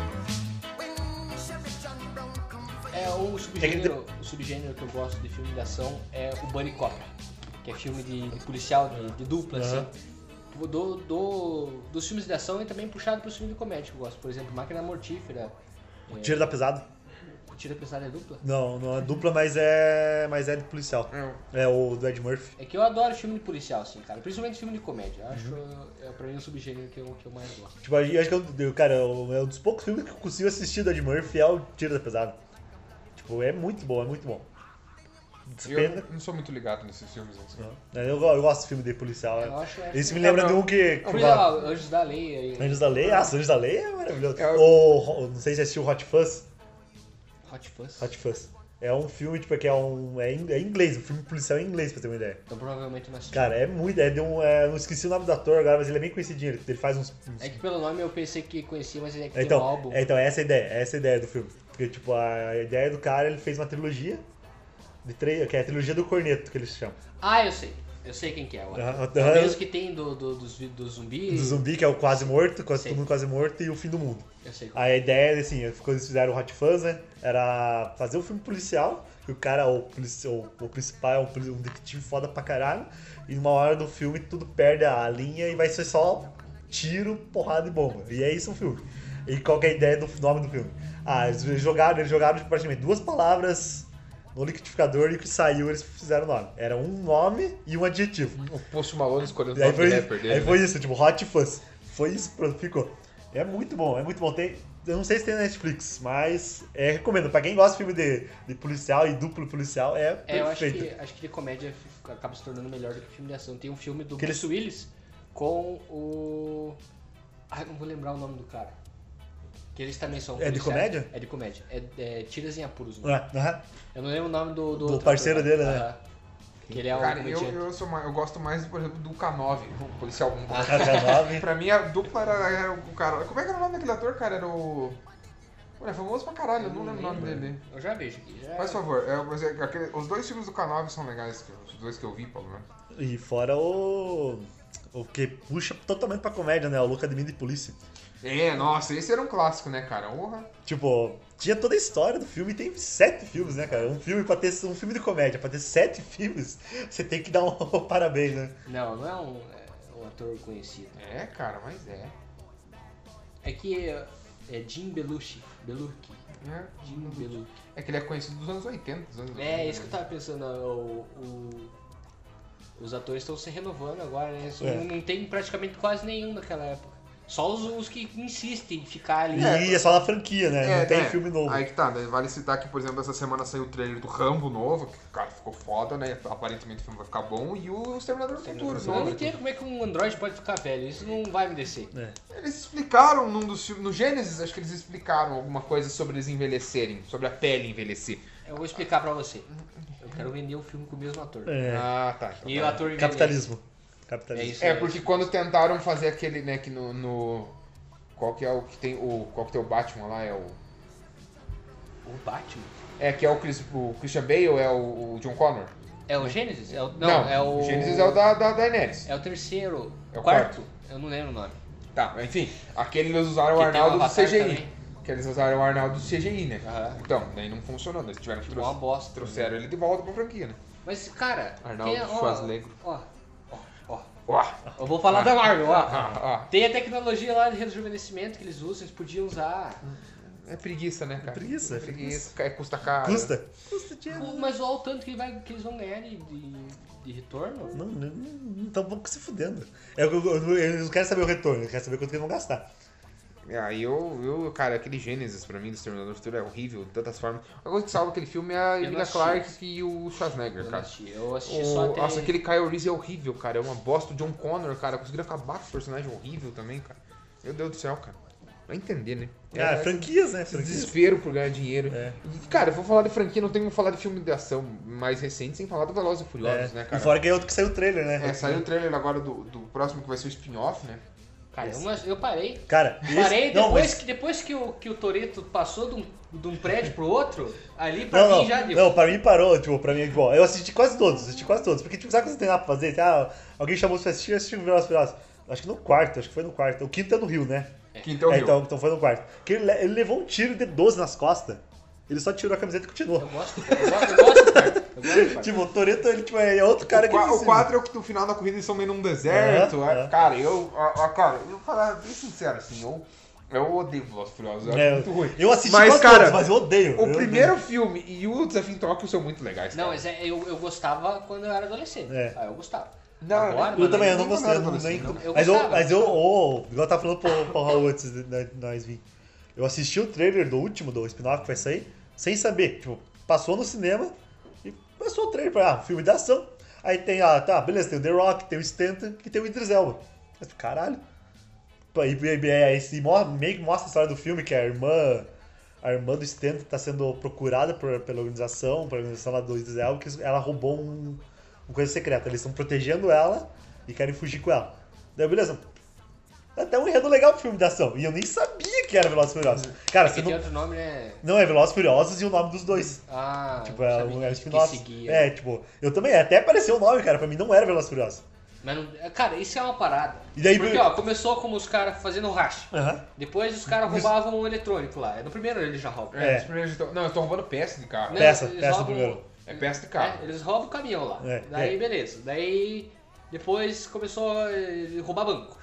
when Sheriff John Brown come for É, you? o, subgênero, o subgênero que eu gosto de filme de ação é o Bunny Cop, que é filme de, de policial, de, de dupla, Aham. assim. Do, do- dos filmes de ação e também puxado para os filmes de comédia que eu gosto. Por exemplo, Máquina Mortífera, O tiro da pesada? O Tira Pesada é dupla. Não, não é dupla, mas é. Mas é de policial. É, É o do Ed Murphy. É que eu adoro filme de policial, assim, cara. Principalmente filme de comédia. Eu Acho, é pra mim, o subgênero que eu, que eu mais gosto. Tipo, eu acho que é um, cara, é um dos poucos filmes que eu consigo assistir do Ed Murphy é o Tiro da Pesada. Tipo, é muito bom, é muito bom. Despenda. eu não sou muito ligado nesses filmes. Assim. É, Eu, go- eu gosto de filme de policial. Eu acho- acho Esse me que- lembra Não, de não. um que. Por exemplo, Anjos da Lei, aí, Anjos da Lei? Ah, Anjos da Lei é maravilhoso. É o- Ou, Ho- não sei se assistiu Hot Fuzz. Hot Fuzz. Hot Fuzz. É um filme, tipo, que é um. É em, é em inglês, um filme policial em inglês, pra ter uma ideia. Então provavelmente não assisti. Cara, é muito. É de um. é, eu não esqueci o nome do ator agora, mas ele é bem conhecidinho. Ele, ele faz uns. uns- É que pelo nome eu pensei que conhecia, mas é que tem um Então, álbum. é, então, essa é a ideia, essa é a ideia do filme. Porque, tipo, a ideia do cara, ele fez uma trilogia. De três, que é a trilogia do corneto, que eles chamam. Ah, eu sei. Eu sei quem que é. Agora. Aham, É o aham. mesmo que tem do, do, dos vi- do zumbi. Do zumbi, que é o quase morto, quase Sim. todo mundo quase morto, e o fim do mundo. Eu sei qual. A ideia, assim, quando eles fizeram o Hot Fuzz, né? Era fazer um filme policial, que o cara, o, polici- o, o principal é um, poli- um detetive foda pra caralho, e numa hora do filme tudo perde a linha e vai ser só tiro, porrada e bomba. E é isso o filme. E qual que é a ideia do nome do filme? Ah, eles jogaram, eles jogaram tipo, praticamente duas palavras no liquidificador e o que saiu eles fizeram o nome. Era um nome e um adjetivo. O Post Malone escolheu o E aí nome foi, de rapper dele. aí né? foi isso, tipo, Hot Fuzz. Foi isso, pronto, ficou. É muito bom, é muito bom. Tem, eu não sei se tem na Netflix, mas é, recomendo. Pra quem gosta de filme de, de policial e duplo policial, é, É, eu acho perfeito. que, acho que de comédia f- acaba se tornando melhor do que filme de ação. Tem um filme do Que Bruce Willis com o. Ai, não vou lembrar o nome do cara. Que eles também são. É de policiais. comédia? É de comédia. É, é Tiras em Apuros. né? Ah, aham. Eu não lembro o nome do. Do, Do outro parceiro ator, dele, né? Aham. Que ele é o. Cara, eu, comediante. eu, sou mais- eu gosto mais, por exemplo, do K9, o policial. um. Ah. K9. pra mim, a dupla era, era o cara. Como é que era o nome daquele ator, cara? Era o. Pô, é famoso pra caralho, eu não, lembro o nome dele. Eu já vejo aqui. Já... Mas, por favor, é, mas é aquele- os dois filmes do K9 são legais, que- os dois que eu vi, pelo menos. E fora o. O que puxa totalmente pra comédia, né? O Louca de Mim de Polícia. É, nossa, esse era um clássico, né, cara? Porra. Tipo, tinha toda a história do filme e tem sete filmes, né, cara? Um filme pra ter um filme de comédia, pra ter sete filmes, você tem que dar um parabéns, né? Não, não é um, é um ator conhecido. É, cara, mas é. É que é, é Jim Belushi. Belucci. É, Jim Belucci. é que ele é conhecido dos anos 80, dos anos 90. É, isso que eu tava pensando. o- o- os atores estão se renovando agora, né? Isso É. Não, não tem praticamente quase nenhum daquela época. Só os, os que insistem em ficar ali. E é só na franquia, né? É, Não tem né? filme novo. Aí que tá, né? vale citar que, por exemplo, essa semana saiu o trailer do Rambo novo, que, cara, ficou foda, né? Aparentemente o filme vai ficar bom, e o Exterminador do Futuro né? Eu não novo. entendo como é que um Android pode ficar velho. Isso não vai me descer. É. Eles explicaram num dos filmes, no Gênesis, acho que eles explicaram alguma coisa sobre eles envelhecerem, sobre a pele envelhecer. Eu vou explicar pra você. Eu quero vender o filme com o mesmo ator. É. Ah, tá. então E tá. o ator envelhece. Capitalismo. É Capitalismo. isso. É, porque quando tentaram fazer aquele, né, que no, no- Qual que é o que tem o... Qual que tem o Batman lá, é o... O Batman. É, que é o, Chris, o Christian Bale, é o, o John Connor? É o Gênesis? É o, não, é o. Gênesis é o da, da, da Daenerys. É o terceiro. É o quarto. Eu não lembro o nome. Tá, enfim, aquele eles usaram o Que tem o Arnaldo do Avatar CGI. também. Que eles usaram o Arnaldo do CGI, né? Aham. Então, daí não funcionou, daí tiveram que Ficou uma trouxer, bosta. né? trouxeram ele de volta pra franquia, né? Mas, cara. Arnaldo tem- ó, Schwarzenegger. Ah. Ó, ó, ó. Ó, Eu vou falar da Marvel, ó. ó, ó. Tem a tecnologia lá de rejuvenescimento que eles usam, eles podiam usar. É preguiça, né, cara? preguiça, é preguiça. É, custa caro. Custa? Custa dinheiro. O- Mas olha o tanto que, ele vai- que eles vão ganhar de, de- de retorno. Uhum. Não, não, não tão pouco se fudendo. É Eu, eu- eu- eu não quero saber o retorno, eu quero saber quanto que eles vão gastar. É, Aí eu, eu, cara, aquele Gênesis pra mim do Exterminador do Futuro é horrível, de tantas formas. A coisa que salva aquele filme é a não Emilia assisti. Clarke e o Eu Schwarzenegger, não cara. assisti, eu assisti só Uhum. O, até. nossa, aquele Kyle Reese é horrível, cara. É uma bosta. O John Connor, cara, conseguiram acabar com o personagem horrível também, cara. Meu Deus do céu, cara. Vai entender, né? Ah, É, franquias, né? esse Franquias. desespero por ganhar dinheiro. É. E, cara, eu vou falar de franquia, não tem como falar de filme de ação mais recente sem falar do Velozes e Furiosos, É. né, E cara? fora que é outro que saiu o trailer, né? É, saiu o trailer agora do, do próximo que vai ser o spin-off, né? Cara, eu, não ass- eu parei. Cara, esse- Parei não, depois, mas- que, depois que o, que o Toreto passou de um, de um prédio pro outro, ali pra Não, mim não, já deu. não, pra mim parou, tipo, pra mim, bom, eu assisti quase todos, assisti quase todos, porque tipo, sabe quando você tem nada pra fazer, ah, alguém chamou você pra assistir, eu assisti o Velozes e Furiosos. Acho que no quarto, acho que foi no quarto. O quinto é no Rio, né? Quinto é o É, Rio. então, então foi no quarto. Que ele, le- ele levou um tiro de 12 nas costas. Ele só tirou a camiseta e Eu continuou. gosto, eu gosto, eu gosto do quarto. Eu gosto do quarto. Tipo, o Toreto, ele tipo, é outro cara o, que. qua- assim, o 4 é o que no final da corrida eles são meio num deserto. É, é. é. Cara, eu. ó, ó, cara, eu vou falar bem sincero, assim, eu, eu odeio Velozes e Furiosos, eu acho É, muito ruim. Eu assisti Mas, quase cara, todos, mas eu odeio. O eu primeiro filme e o Desafio em Tóquio são muito legais. Não, cara. mas é, eu, eu gostava quando eu era adolescente. É. Ah, eu gostava. Não, Agora, Eu também, eu não nem gostei. eu quando não- eu era nem- adolescente, não. Eu mas, eu, gostava. mas eu, ô, igual eu tava falando pro, pro Raul antes de de nós vir. Eu assisti o trailer do último, do spin-off que vai sair, sem saber. Tipo, passou no cinema e passou o trailer. Falei, ah, filme de ação. Aí tem, ah, tá, beleza, tem o The Rock, tem o Stanton e tem o Idris Elba. Mas, caralho. Pô, E, e, e, aí se mo- meio que mostra a história do filme, que é a irmã... A irmã do Stanton tá sendo procurada por- pela organização, pela organização lá do Idris Elba, que ela roubou um, uma coisa secreta. Eles estão protegendo ela e querem fugir com ela. Daí, beleza. Até um enredo legal pro filme de ação. E eu nem sabia que era Velozes e Uhum. Furiosos. Cara, você Porque tem não... outro nome, né? Não, é Velozes e Furiosos e o nome dos dois. Ah, Tipo, eu é sabia um é um que- que spin-off. seguia. É, tipo... Eu também... Até apareceu o nome, cara. Pra mim não era Velozes e Furiosos. Mas não- cara, isso é uma parada. E daí- Porque, ó, começou como os caras fazendo racha. Aham. Depois os caras roubavam o eletrônico lá. É, No primeiro ele já rouba. É, É. os primeiros estão- Não, eles estão roubando peça de carro. Né? Peça, eles peça do roubam- primeiro. É peça de É, carro. eles roubam o caminhão lá. É, Daí, é. beleza. Daí, depois começou a eh, roubar banco.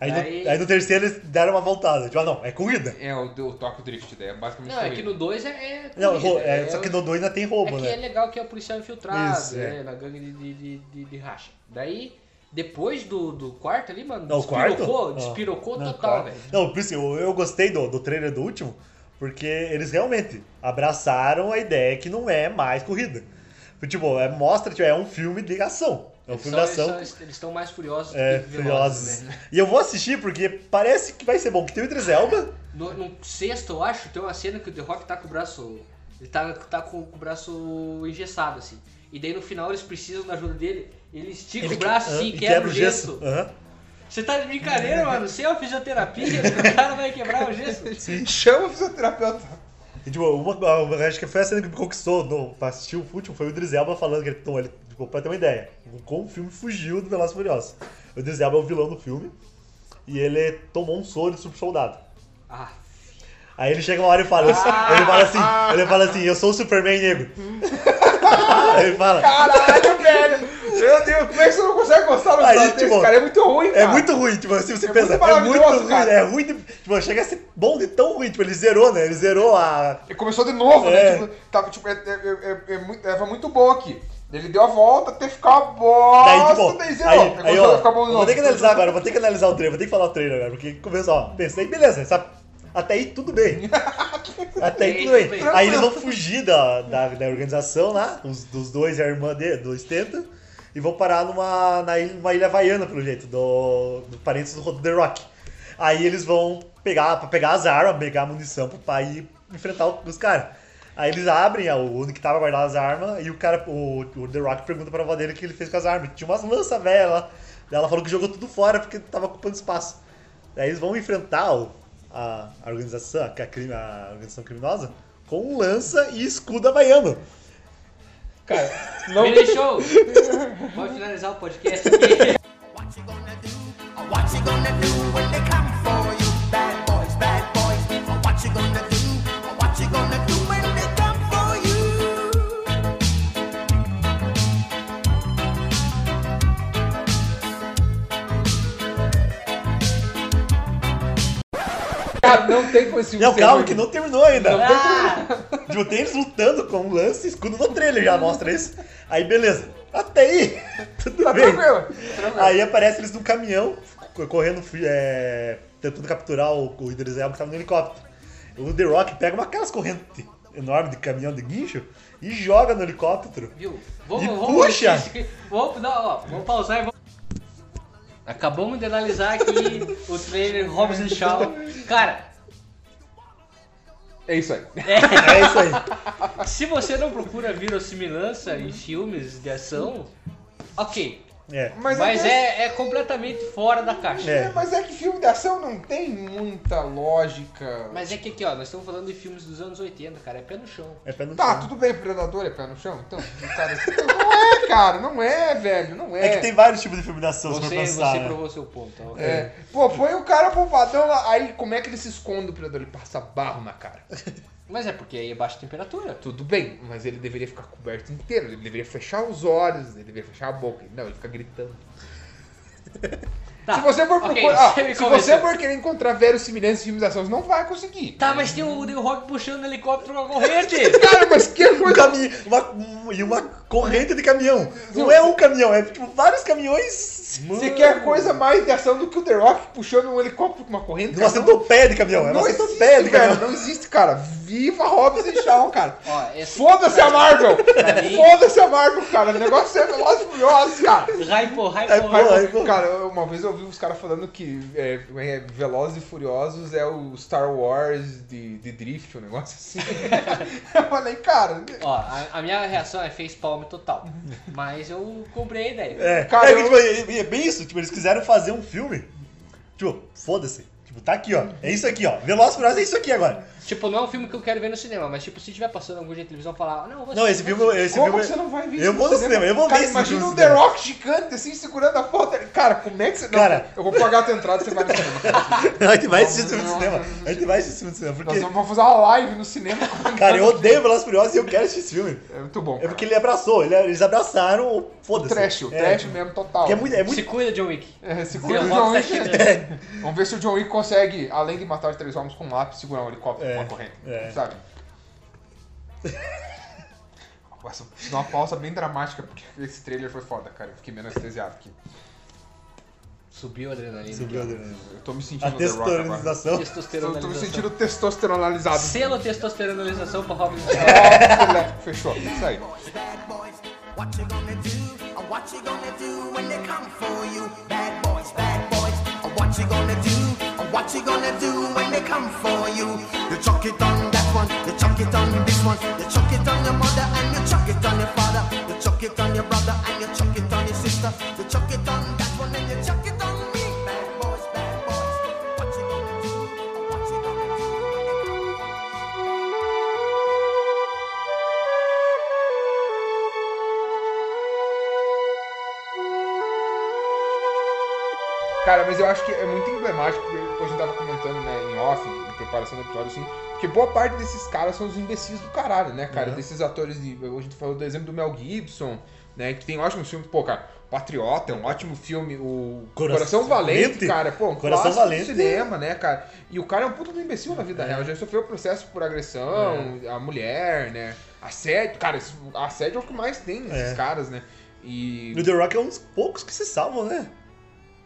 Aí, no- Aí- aí no terceiro eles deram uma voltada. Tipo, ah, não, é corrida. É, o, o Tóquio Drift, né? É basicamente Não, é isso que aí. no 2 é, é Não, corrida, rou- é, é só que o- no 2 ainda tem É roubo, que é né? legal que é o policial infiltrado, Isso, é. né? Na gangue de, de, de, de- de racha. Daí, depois do, do quarto ali, mano, Não, o quarto? despirocou, Ah. despirocou Não, total, claro. velho. Não, por isso, eu, eu gostei do, do trailer do último, porque eles realmente abraçaram a ideia que não é mais corrida. Tipo, é, mostra, tipo, é um filme de ação. É um Eles filme de são- ação. eles são- Eles estão mais furiosos É, do que velozes, furiosos. né? E eu vou assistir porque parece que vai ser bom. Que tem o Idris Elba. No, no sexto, eu acho, tem uma cena que o The Rock tá com o braço... Ele tá, tá com, com o braço engessado, assim. E daí, no final, eles precisam da ajuda dele. Ele estica o braço, ah, assim, e quebra, o gesso. Aham. Você tá de brincadeira, mano? Você é uma fisioterapia? o cara vai quebrar o gesso? Chama o fisioterapeuta. E, tipo, uma, uma- acho que foi a cena que me conquistou no, pra assistir o último, foi o Idris Elba falando que ele, então, ele tipo, pra ter uma ideia, como o filme fugiu do Velozes e Furiosos. O Idris Elba é o vilão do filme, e ele tomou um soro de super soldado. Ah, Aí ele chega uma hora e fala, Ah. ele fala assim, ele fala assim, eu sou o Superman negro. ele fala, Caralho, velho! Meu Deus, como é que você não consegue gostar do Aí, Tóquio Drift? tipo, cara é muito ruim, cara. é muito ruim, tipo, assim você É pensa, muito é muito maravilhoso, ruim, cara. é ruim, de, tipo, chega a ser bom de tão ruim, tipo, ele zerou, né, ele zerou a... Ele começou de novo, É. né? Tipo, tava, tipo, é, é, é, é, é muito, tava muito bom aqui. Ele deu a volta até ficar bosta, Daí, daí, tipo, zerou. Aí, aí, aí, começou a ó, ficar bom de vou novo. ter que analisar agora, vou ter que analisar o trailer, vou ter que falar o trailer agora, porque começou, ó, pensei, beleza, essa- até aí tudo bem. Até aí tudo bem. Aí eles vão fugir da, da, da organização lá, os, dos dois e a irmã dele, dos Tenta, e vão parar numa na ilha, numa ilha havaiana, pelo jeito, do, do parentes do The Rock. Aí eles vão pegar, pra pegar as armas, pegar a munição pro pai ir enfrentar o- os caras. Aí eles abrem a- o onde que tava guardado as armas e o cara, o, o The Rock pergunta pra avó dele o que ele fez com as armas. Tinha umas lanças velhas lá. Daí Ela falou que jogou tudo fora porque tava ocupando espaço. Daí eles vão enfrentar o- a, a organização, a, crime- a organização criminosa, com lança e escudo havaiano. Cara, não... Me deixou! Pode finalizar o podcast aqui. What you gonna do? Or What you gonna do when they come for you? Bad boys, bad boys. Or What you gonna do? Or What you gonna do when they come for you? Cara, não tem como esse filme Não, ser calma, ruim. É um que não terminou ainda. Ah, Tipo, tem eles lutando com lança e escudo no trailer, já mostra isso. Aí beleza, até aí, tudo Tá bem. tranquilo, tranquilo. Aí aparece eles num caminhão, co- correndo, fi- é, tentando capturar o, o Idris Elba que tava no helicóptero. O The Rock pega uma aquelas correntes enorme de caminhão de guincho e joga no helicóptero. viu? Vamos, E vamos. puxa! Vamos, não, ó, vamos pausar e vamos. Acabamos de analisar aqui o trailer Robson Shaw. Cara, É isso aí. É isso aí. se você não procura verossimilhança em filmes de ação, ok. É. Mas, Mas que- é, é completamente fora da caixa. É. Mas é que filme de ação não tem muita lógica. Mas é que aqui, ó, nós estamos falando de filmes dos anos 80, cara, é pé no chão. É pé no Tá, chão. tudo bem, Predador é pé no chão, então. Cara, não é é, cara, não é, velho, não é. É que tem vários tipos de filmação, se for Você, pensar, você né? provou seu ponto. tá ok? É. Pô, põe o cara pro padrão lá, aí como é que ele se esconde do predador? Ele passa barro na cara. Mas é porque aí é baixa temperatura. Tudo bem, mas ele deveria ficar coberto inteiro, ele deveria fechar os olhos, ele deveria fechar a boca. Não, ele fica gritando. Tá, se você for ok, procurar, você ah, me se você convenceu. for querer encontrar verossimilhança de filmes de ação, você não vai conseguir. Tá, mas tem o The Rock puxando o helicóptero com a corrente. Cara, mas que Um coisa caminho, uma, um- e uma corrente de caminhão. Não é um caminhão, é tipo vários caminhões. Você quer é coisa mais de ação do que o The Rock puxando um helicóptero com uma corrente? Numa cara? centopeia de caminhão, é não uma existe, centopeia de velho, caminhão. não existe, cara. Viva Hobbs e Shaw, cara. Ó, esse Foda-se a Marvel! mim- Foda-se a Marvel, cara. O negócio é Velozes e Furiosos, cara. Raipo, É, Raipo, pô, é, Raipo. pô. Cara, uma vez eu ouvi os caras falando que é, é, Velozes e Furiosos é o Star Wars de, de Drift, um negócio assim. eu falei, cara, Ó, a, a minha reação é face palm total. Mas eu comprei a ideia. É, Cara, é que, eu- tipo, é- é, é bem isso, tipo, eles quiseram fazer um filme. Tipo, foda-se. Tipo, tá aqui, ó. É isso aqui, ó. Veloz Furioso é isso aqui agora. Tipo, não é um filme que eu quero ver no cinema, mas tipo, se tiver passando algum dia de televisão, falar, "Ah, não, eu vou Não, esse assistir". filme. é Esse como filme que você não vai ver eu vou no cinema, eu vou ver cara, esse imagina filme um no The cinema. Rock gigante, assim, segurando a foto. Cara, como é que você... não, Cara. eu vou pagar a tua entrada e você vai no cinema. a gente vai assistir esse filme no Não, cinema. não, não. A gente vai assistir esse filme no cinema. Nós Porque, vamos um fazer uma live no cinema. cara, eu odeio Veloz Furioso e eu quero assistir esse filme. É muito bom. É porque ele abraçou, ele- eles abraçaram o o foda-se. trash, o É, trash mesmo total. que é muito, é muito Se cuida, John Wick. É, segura The o John Rock tá Wick. chegando. é. Vamos ver se o John Wick consegue, além de matar três homens com um lápis, segurar um helicóptero É, com uma corrente. é. Sabe? Nossa, fiz uma pausa bem dramática, porque esse trailer foi foda, cara. Eu fiquei meio anestesiado aqui. Subiu a adrenalina. Subiu a adrenalina. Eu tô me A sentindo The Rock agora. testosteronização. Eu tô me Testosteronalização. sentindo testosteronalizado. Selo testosteronalização pra Robin. Fechou, é isso aí. boys, bad boys. What you gonna do? Or What you gonna do when they come for you? Bad boys, bad boys. Or What you gonna do? Or What you gonna do when they come for you? You chuck it on that one, you chuck it on this one, you chuck it on your mother and you chuck it on your father, you chuck it on your brother and you chuck it on your sister, you chuck it on that one and you chuck it on me. Bad boys, bad boys. What you gonna do? Or What you gonna do when they come? Cara, mas eu acho que é muito emblemático, porque a gente tava comentando, né, em off, em preparação do episódio, assim, porque boa parte desses caras são os imbecis do caralho, né, cara? Uhum. Desses atores de. A gente falou do exemplo do Mel Gibson, né? Que tem ótimos filmes, pô, cara, Patriota é um ótimo filme, o Coração, Coração Valente, Valente. cara, pô, um Coração clássico do Valente. cinema, né, cara? E o cara é um puto do imbecil na vida real, já sofreu processo por agressão, a mulher, né? Assédio, cara, esse- assédio é o que mais tem nesses É. caras, né? E. O The Rock é um dos poucos que se salvam, né?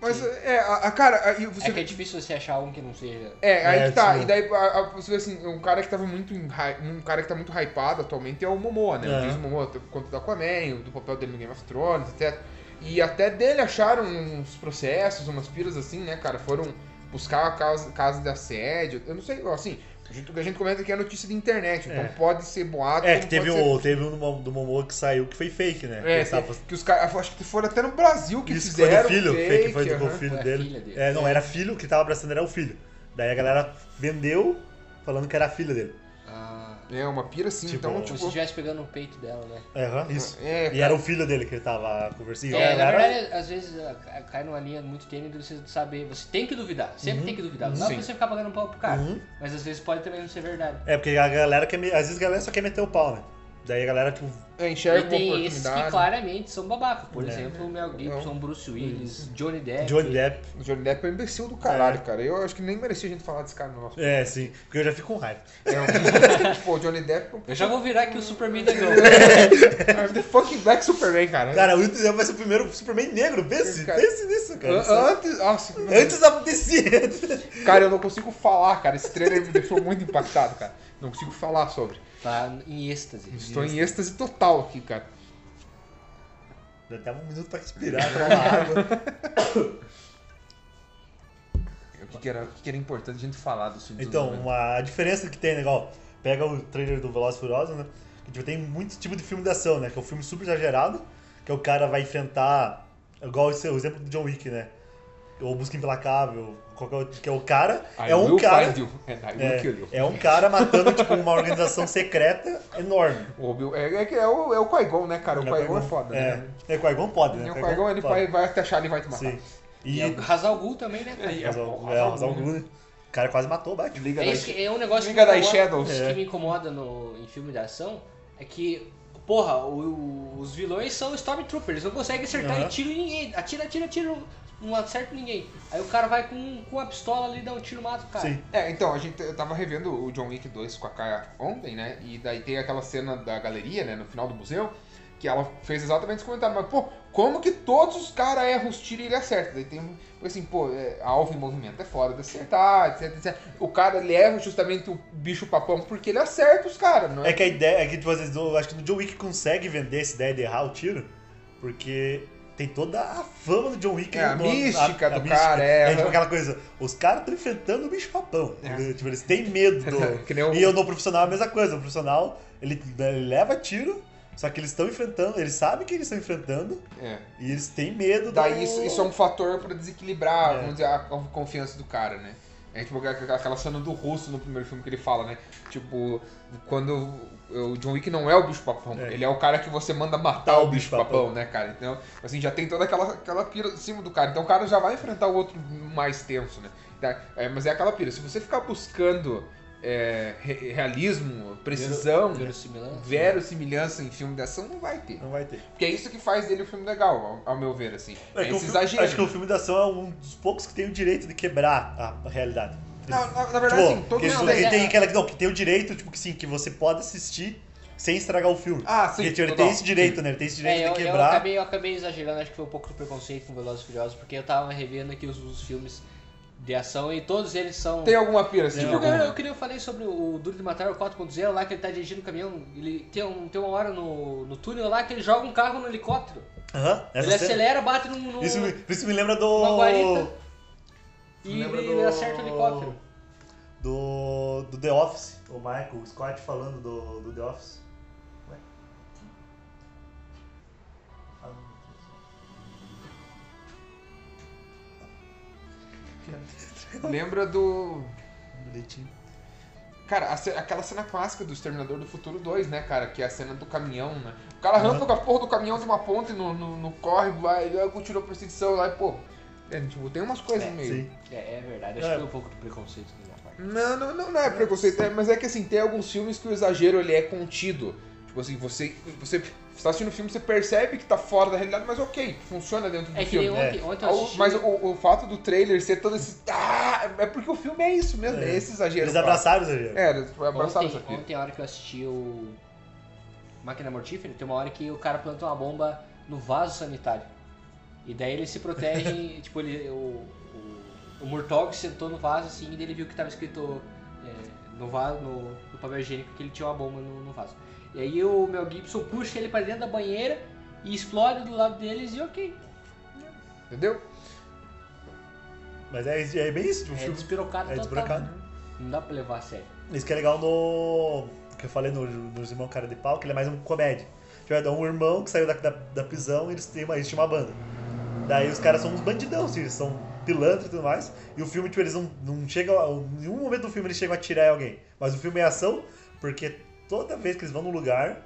Mas, é, a, a- cara, a- e você É que é difícil você achar um que não seja. É, aí É, que tá. sim. E daí a- a- você vê assim, um cara que tava muito em hy- um cara que tá muito hypado atualmente é o Momoa, né? É. O Jason Momoa, t- quanto da Aquaman, do papel dele no Game of Thrones, etc. E até dele acharam uns processos, umas piras assim, né, cara? Foram buscar a casa, casa de assédio. Eu não sei, assim, a gente, o que a gente comenta que é notícia de internet, então É. pode ser boato. É, como que teve, pode ser- o, teve um do Mom- do Momo que saiu que foi fake, né? É, que, tava- que os caras, acho que foram até no Brasil que isso, foi fizeram. do filho, um fake, foi do aham. filho Foi a dele. filha dele. É, não, era filho, o que tava abraçando era o filho. Daí a galera vendeu falando que era a filha dele. Ah, É, uma pira assim, Tipo, então, como tipo. se estivesse pegando o peito dela, né? É, aham, isso. É, E era o filho dele que ele tava conversando. E a É, na galera- verdade, às vezes ah, ca- cai numa linha muito tênue de você saber. Você tem que duvidar, sempre tem que duvidar. Não dá pra Sim. você ficar pagando pau pro cara. Uhum. Mas às vezes pode também não ser verdade. É, porque a galera quer. me- Às vezes a galera só quer meter o pau, né? Daí a galera, tipo. é, E enxerga uma tem esses que oportunidade. claramente são babacas. Por É. exemplo, o Mel Gibson, Bruce Willis, Johnny Depp. Johnny Depp. O Johnny Depp é um imbecil do caralho, É. cara. Eu acho que nem merecia a gente falar desse cara no nosso. É, sim. Porque eu já fico com raiva. É um... Pô, o Johnny Depp. Eu já vou virar aqui o Superman negão. I'm the fucking Black Superman, cara. Cara, o Will Depp vai ser o primeiro Superman negro. Pense, Cara- pense nisso, É. cara. é An- antes. Nossa, Antes da acontecer. cara, eu não consigo falar, cara. Esse trailer me deixou muito impactado, cara. Não consigo falar sobre. tá em êxtase. Estou em êxtase total aqui, cara. Dá até um minuto pra respirar, tomar água. O que, que era, o que que era importante a gente falar do filme Então, uma, a diferença que tem, né, igual, pega o trailer do Veloz e Furioso, né? Que tipo, tem muito tipo de filme de ação, né? Que é um filme super exagerado, que o cara vai enfrentar, igual esse, é o exemplo do John Wick, né? ou Busca Implacável, qualquer outro, que é o cara, I é um will cara. find you and I will kill you. É, é um cara matando tipo, uma organização secreta enorme. O Obi- É, é, que é o, é o Qui-Gon, né, cara? O Qui-Gon é foda, é. né? É, Qui-Gon pode, né? É, o Qui-Gon, ele pode. vai, vai te achar, ele vai te matar. Sim. E, E, é o Hazal Gul também, né? cara? E é, a porra, um o Hazal Gul, né? O cara quase matou o Batman. Liga É, da- isso que- é um negócio Liga que, me das incomoda- um Shadows. que me incomoda no, em filme de ação é que, porra, o- o- os vilões são Stormtroopers, eles não conseguem acertar Aham. e tiro em ninguém. Atira, atira, atira, não acerta ninguém. Aí o cara vai com, com a pistola ali, dá um tiro, mata o cara. Sim. É, então, a gente, eu tava revendo o John Wick 2 com a Kaya ontem, né? E daí tem aquela cena da galeria, né? No final do museu, que ela fez exatamente esse comentário. Mas, pô, como que todos os caras erram os tiros e ele acerta? Daí tem um, assim, pô, é, alvo em movimento é foda de acertar, etc, etc. O cara, ele erra justamente o bicho papão porque ele acerta os caras, não é? É que a ideia é que, tipo, às vezes, eu acho que o John Wick consegue vender essa ideia de errar o tiro, porque tem toda a fama do John Wick. É, a no- mística do cara, é. É tipo aquela coisa, os caras estão enfrentando o bicho papão. entendeu? Tipo, eles têm medo. do- Que nem o- E eu no profissional é a mesma coisa. O profissional, ele, ele leva tiro, só que eles estão enfrentando, eles sabem que eles estão enfrentando, É. e eles têm medo Daí do... isso, isso é um fator pra desequilibrar, É. vamos dizer, a con- confiança do cara, né? É tipo aqua- aquela cena do russo no primeiro filme que ele fala, né? Tipo, quando o John Wick não é o bicho papão, É. ele é o cara que você manda matar o bicho papão, né, cara? Então, assim, já tem toda aquela, aquela pira em cima do cara. Então o cara já vai enfrentar o outro mais tenso, né? Tá? É, mas é aquela pira. Se você ficar buscando é, re- realismo, Um precisão, Verossimilhança. verossimilhança em filme de ação, não vai ter. Não vai ter. Porque é isso que faz dele um filme legal, ao, ao meu ver, assim. É É que o esse filme- exagero. Acho que o filme da ação é um dos poucos que tem o direito de quebrar a realidade. Não, na, na Tipo, verdade, assim, todo que, mundo não, tem. que é- tem aquela não, que tem o direito, tipo que sim, que você pode assistir sem estragar o filme. Ah, sim, Porque tipo, ele total. tem esse direito, né? Ele tem esse direito É, eu, de eu quebrar. acabei, eu acabei exagerando, acho que foi um pouco do preconceito com Velozes e Furiosos, porque eu tava revendo aqui os, os filmes de ação e todos eles são... Tem alguma É. pira, assim, de Eu, algum... Tipo, eu, eu queria eu falei sobre o Duro de Matar o 4.0 lá que ele tá dirigindo o caminhão. Ele tem, um, tem uma hora no, no túnel lá que ele joga um carro no helicóptero. Aham, essa ele é cena. acelera, bate no. no Isso, me- isso me lembra Uma do. guarita. e lembra ele, do- ele acerta o helicóptero. Do. Do The Office. O Michael, o Scott falando do, do The Office. Ué? Ah, não, Lembra do... Bonitinho. Cara, a ce- aquela cena clássica do Exterminador do Futuro 2, né, cara? Que é a cena do caminhão, né? O cara Aham. arranca com a porra do caminhão de uma ponte no, no, no córrego lá, ele ah, continua a perseguição lá e, pô... É, tipo, tem umas coisas É, meio... Sim. É, é verdade, acho É. que foi um pouco do preconceito da minha parte. Não, não, não, não é preconceito, é, mas é que assim, tem alguns filmes que o exagero ele é contido. Tipo assim, você, você está assistindo o filme, você percebe que tá fora da realidade, mas ok, funciona dentro do É que filme. nem ontem, ontem eu Ah, o- assisti. mas o, o fato do trailer ser todo esse. Ah, é porque o filme é isso mesmo, é, É. esse exagero. Eles abraçaram o exagero. É, eles abraçaram isso ontem, aqui. ontem, a hora que eu assisti o. Máquina Mortífera, tem uma hora que o cara planta uma bomba no vaso sanitário. E daí ele se protege, tipo, ele, o, o, o Murtaugh sentou no vaso assim e daí ele viu que tava escrito é, no, vaso, no, no papel higiênico que ele tinha uma bomba no, no vaso. E aí o Mel Gibson puxa ele pra dentro da banheira e explode do lado deles e ok. Entendeu? Mas é, é bem isso, tipo, o É filme. despirocado É total. despirocado. Não dá pra levar a sério. Isso que é legal no. que eu falei no, nos Irmão Cara de Pau, que ele é mais um comédia. Tipo, é um irmão que saiu da, da, da prisão e eles têm uma, eles tinham uma banda. Daí os caras são uns bandidão, assim, eles são pilantras e tudo mais. E o filme, tipo, eles não, não chegam. a- Em nenhum momento do filme eles chegam a tirar em alguém. Mas o filme é ação, porque toda vez que eles vão num lugar,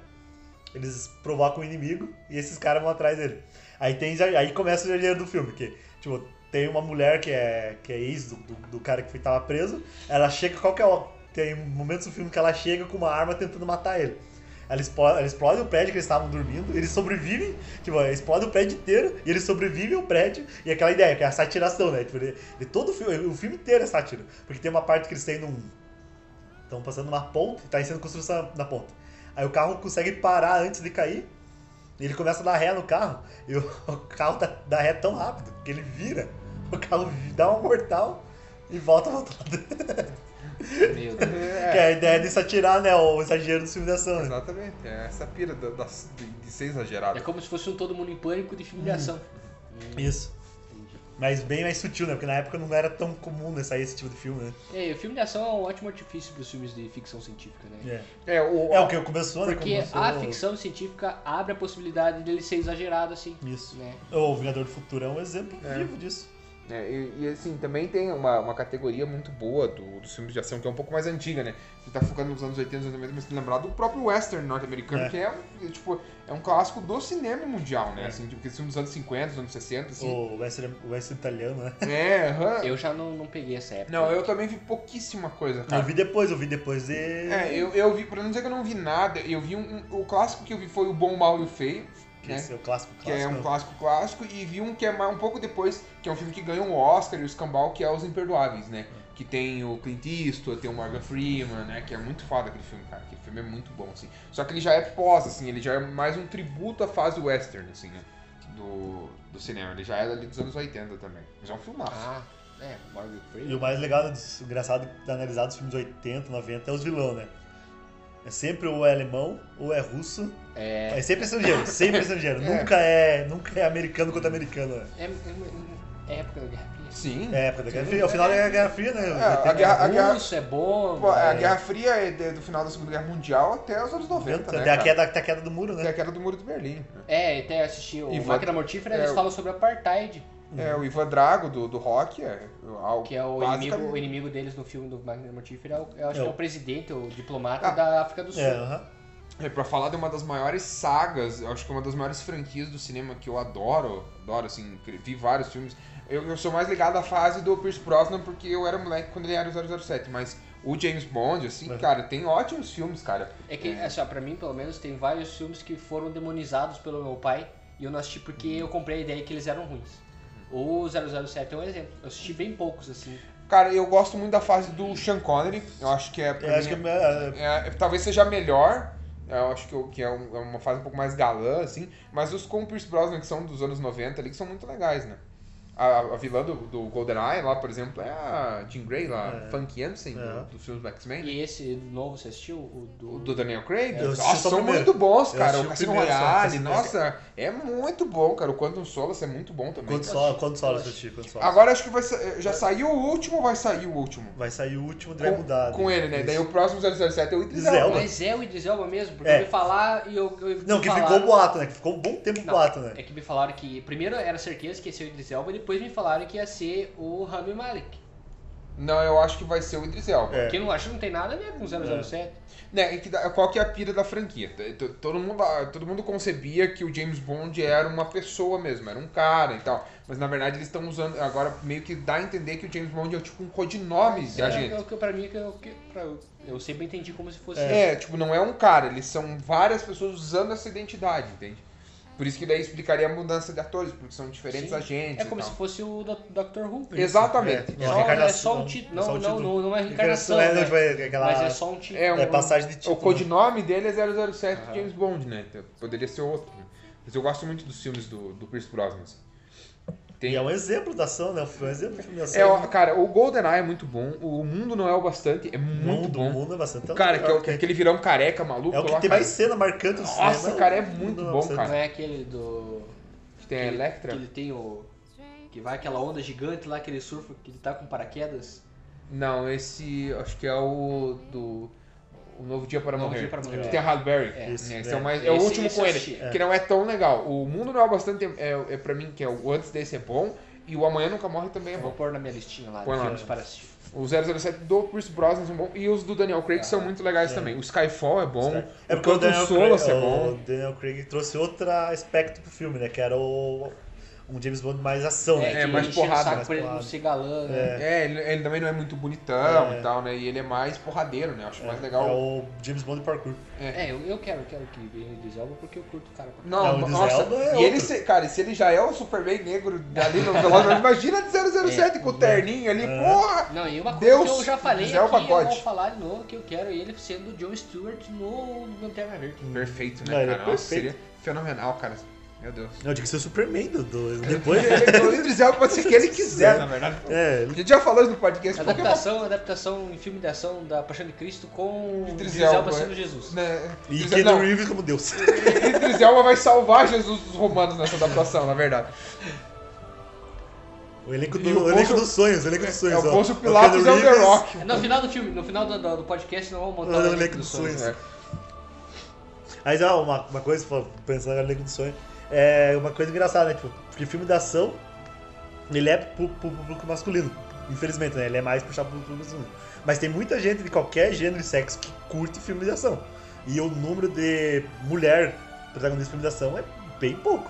eles provocam o inimigo e esses caras vão atrás dele. Aí, tem, aí começa o exagero do filme, que, tipo, tem uma mulher que é, que é ex do, do, do cara que foi- tava preso, ela chega qualquer hora. Tem momentos do filme que ela chega com uma arma tentando matar ele. Ela explode, ela explode o prédio que eles estavam dormindo, eles sobrevivem, tipo, ela explode o prédio inteiro e eles sobrevivem ao prédio. E aquela ideia, que é a satiração, né? Tipo, ele- ele- todo o filme, o filme inteiro é sátira. Porque tem uma parte que eles têm num. Estão passando uma ponte, tá sendo construção na ponte. Aí o carro consegue parar antes de cair. E ele começa a dar ré no carro. E o, o carro dá, dá ré tão rápido que ele vira. O carro vi- dá um mortal e volta pro outro lado. Meu Deus. Que é a ideia de satirar, né? O exagero do filme de ação, né? Exatamente, é essa pira da- da- de, de ser É exagerado. como se fosse um todo mundo em pânico de Hum. filme de ação. Isso. Mas bem mais sutil, né? Porque na época não era tão comum né, sair esse tipo de filme, né? É, o filme de ação é um ótimo artifício para os filmes de ficção científica, né? É, É, o, é o que começou, né? Porque começou... a ficção científica abre a possibilidade dele ser exagerado assim, Isso. né? O Vingador do Futuro é um exemplo vivo disso. né? E, e, assim, também tem uma, uma categoria muito boa do, dos filmes de ação, que é um pouco mais antiga, né? Você tá focando nos anos 80, nos anos 90, mas se lembrar do próprio western norte-americano, É. que é, um- tipo, é um clássico do cinema mundial, né? É. Assim, tipo, aqueles filmes dos anos 50, dos anos 60, assim. O western, o western italiano, né? É, aham. Eu já não, não peguei essa época. Não, eu também vi pouquíssima coisa, cara. Eu vi depois, eu vi depois de... Tá. É, eu, eu vi, pra não dizer que eu não vi nada, eu vi um, um- O clássico que eu vi foi o Bom, o Mal e o Feio, que né? Esse é o clássico, Que é um clássico. clássico clássico, e vi um que é mais- um pouco depois, que é um filme que ganhou um Oscar e o escambau, que é Os Imperdoáveis, né? É. Que tem o Clint Eastwood, tem o Morgan Freeman, né? Que é muito foda aquele filme, cara. Aquele filme é muito bom, assim. Só que ele já é pós, assim, ele já é mais um tributo à fase western, assim, né? Do, do cinema. Ele já é ali dos anos 80 também. Mas é um filmaço. Ah, é, Morgan E o Freeman. mais legal, né, dos- engraçado de analisar dos filmes 80, 90 é os vilão, né? É sempre ou é alemão, ou é russo. É, sempre estrangeiro, sempre estrangeiro. É. Nunca, é, nunca é americano contra americano. né? É, é- é época da Guerra Fria. Sim. É, a época da Guerra Fria. Ao final é a Guerra Fria, né? a Vai ter guerra- a guerra- Russo é bom. Pô, a Guerra Fria é de- do final da Segunda Guerra Mundial até os anos 90, né? Até a cara? queda, até a queda do muro, Até né? a queda do Muro de Berlim. né? É, até assistir o E vo- Máquina Mortífera, é, eles o- falam sobre apartheid, Uhum. É, o Ivan Drago, do, do rock, é algo que é o basicamente- inimigo, o inimigo deles no filme do Máquina Mortífera, é o- eu acho É que é o- o presidente, o diplomata Ah. da África do Sul. É, aham. É, pra falar de uma das maiores sagas, eu acho que é uma das maiores franquias do cinema que eu adoro, adoro, assim, cre- vi vários filmes. Eu, eu sou mais ligado à fase do Pierce Brosnan porque eu era moleque quando ele era o 007, mas o James Bond, assim, Uhum. cara, tem ótimos filmes, cara. É que, assim, ó, pra mim, pelo menos, tem vários filmes que foram demonizados pelo meu pai e eu não assisti porque eu comprei a ideia que eles eram ruins. O 007 é um exemplo. Eu assisti bem poucos, assim. Cara, eu gosto muito da fase do Sean Connery, eu acho que é, pra Eu mim, acho que é, é, É, talvez seja a melhor. Eu acho que, eu- que é, um- é uma fase um pouco mais galã, assim. Mas os com o Pierce Brosnan, que são dos anos 90 ali, que são muito legais, né? A, a vilã do, do GoldenEye lá, por exemplo, é a Jean Grey lá, É. Funk Jensen, É. do- dos filmes do X-Men. E esse novo, você assistiu? O Uhum. O do... do Daniel Craig. Eu assisti Nossa, só o são primeiro. muito bons, Eu cara. assisti O o Cassino primeiro só, Royale, o Cassino nossa, é muito bom, cara. O Quantum Solace é muito bom também. quanto solo, quanto solo eu assisti, quanto solo. Agora acho que vai sa- eh, já saiu o último ou vai sair o último? Vai sair o último, daí vai Com, mudar. com ele, né? Daí o próximo 007 é o Idris Idris Elba. Mas é o Idris Elba mesmo? Porque É. eu me falar e eu... eu Não, me que falaram- ficou boato, né? Que ficou um bom tempo Não, boato, né? É que me falaram que... Primeiro era certeza que ia ser o Idris Elba, e depois me falaram que ia ser o Rami Malek. Não, eu acho que vai ser o Idris Elba. É. Que eu não acho que não tem nada a ver com 007. Né, e que dá- qual que é a pira da franquia? T- t- Todo mundo, ah, todo mundo concebia que o James Bond era uma pessoa mesmo, era um cara e tal. Mas na verdade eles estão usando. Agora meio que dá a entender que o James Bond é tipo um codinome de É, agente. é o que pra mim, é que eu, que, pra, eu sempre entendi como se fosse... assim, É, tipo, não é um cara, eles são várias pessoas usando essa identidade, entende? Por isso que daí explicaria a mudança de atores, porque são diferentes Sim. agentes. É como e se tal. fosse o Do- Dr. Who. Exatamente. É, Só- reencarnação, é só não, o título. é só Não, o não, título. não, não é reencarnação. é, né? tipo, é aquela- Mas é só um título. É, um- É passagem de O título. né? codinome dele é 007 do James Bond, né? Então, Poderia ser outro. né? Mas eu gosto muito dos filmes do, do Pierce Brosnan. assim. Tem, E é um exemplo da ação, né? Foi um exemplo de filme de ação. É, ó, cara, o GoldenEye é muito bom, o Mundo Não É o Bastante é O mundo, muito o bom. mundo é bastante. Cara, que é o- que, aquele virão careca maluco é o que lá, tem cara, mais cena marcante no cinema. Nossa, cara, é muito Não, bom, você- cara. Não é aquele do... que tem a que- Electra. Que ele tem o... Que vai aquela onda gigante lá, aquele surfo que ele tá com paraquedas. Não, esse acho que é o do o Novo Dia para Novo Morrer. Dia para Morrer. Que tem a Halle Berry. É. né? Isso, esse é. é, o mais- é o Esse- último esse com eu ele, assisti. que não é tão legal. O Mundo Não É o Bastante é, é pra mim que é o antes desse é bom e o Amanhã Nunca Morre também é Eu vou bom. pôr na minha listinha lá, de Põe lá. filmes para assistir. O 007 do Pierce Brosnan são bons e os do Daniel Craig são muito legais também. O Skyfall é bom, Ah, É o porque o Quantum Daniel, Solace Craig, é bom. o Daniel Craig trouxe outro aspecto pro filme, né? Que era o, um James Bond mais ação, né? é, que mais encheu o porrada, saco mais pra ele não porrada. ser galã, né? É, ele, ele também não é muito bonitão É. e tal, né? E ele é mais porradeiro, né? Eu Acho mais legal. É o James Bond parkour. É, eu, eu quero, quero que venha o Idris Elba porque eu curto o cara. pra Não, Não, o de nossa. Zelda é e ele, outro. se- cara, se ele já é o Superman negro ali no Velozes, imagina de É, 007 com o terninho ali, porra! Não, e uma coisa Deus, que eu já falei Zé o aqui, eu pacote. vou falar de novo que eu quero ele sendo o John Stewart no Lanterna Verde. Perfeito, né, Não, ele é cara? Nossa, perfeito. seria fenomenal, cara. Meu Deus. Não, eu digo que ser o Superman do, do- depois. o Idris Elba pode ser quem ele quiser, na verdade. é, A gente já falou isso no podcast. qualquer Adaptação, adaptação em filme de ação da Paixão de Cristo com o Idris Idris Elba, Elba é. sendo Jesus. né, e Idris- Keanu não, Reeves como Deus. Idris Elba vai salvar Jesus dos romanos nessa adaptação, na verdade. O elenco, do, E o o elenco Ponço- dos sonhos, o elenco dos É sonhos. o ó. Ponço O Pilatos Keanu é o The Reeves, Rock. É, No final do filme, no final do, do- do podcast, nós vamos montar Não, o não, elenco Lego dos do sonhos. Sonho. É. Mas ó, uma, uma coisa, pô, pensando agora no elenco do sonho, é uma coisa engraçada, né? Tipo, porque filme da ação ele é pro, pro público masculino. Infelizmente, né? Ele é mais puxado pro público masculino. Mas tem muita gente de qualquer gênero e sexo que curte filme de ação. E o número de mulher protagonista de filme de ação é bem pouco.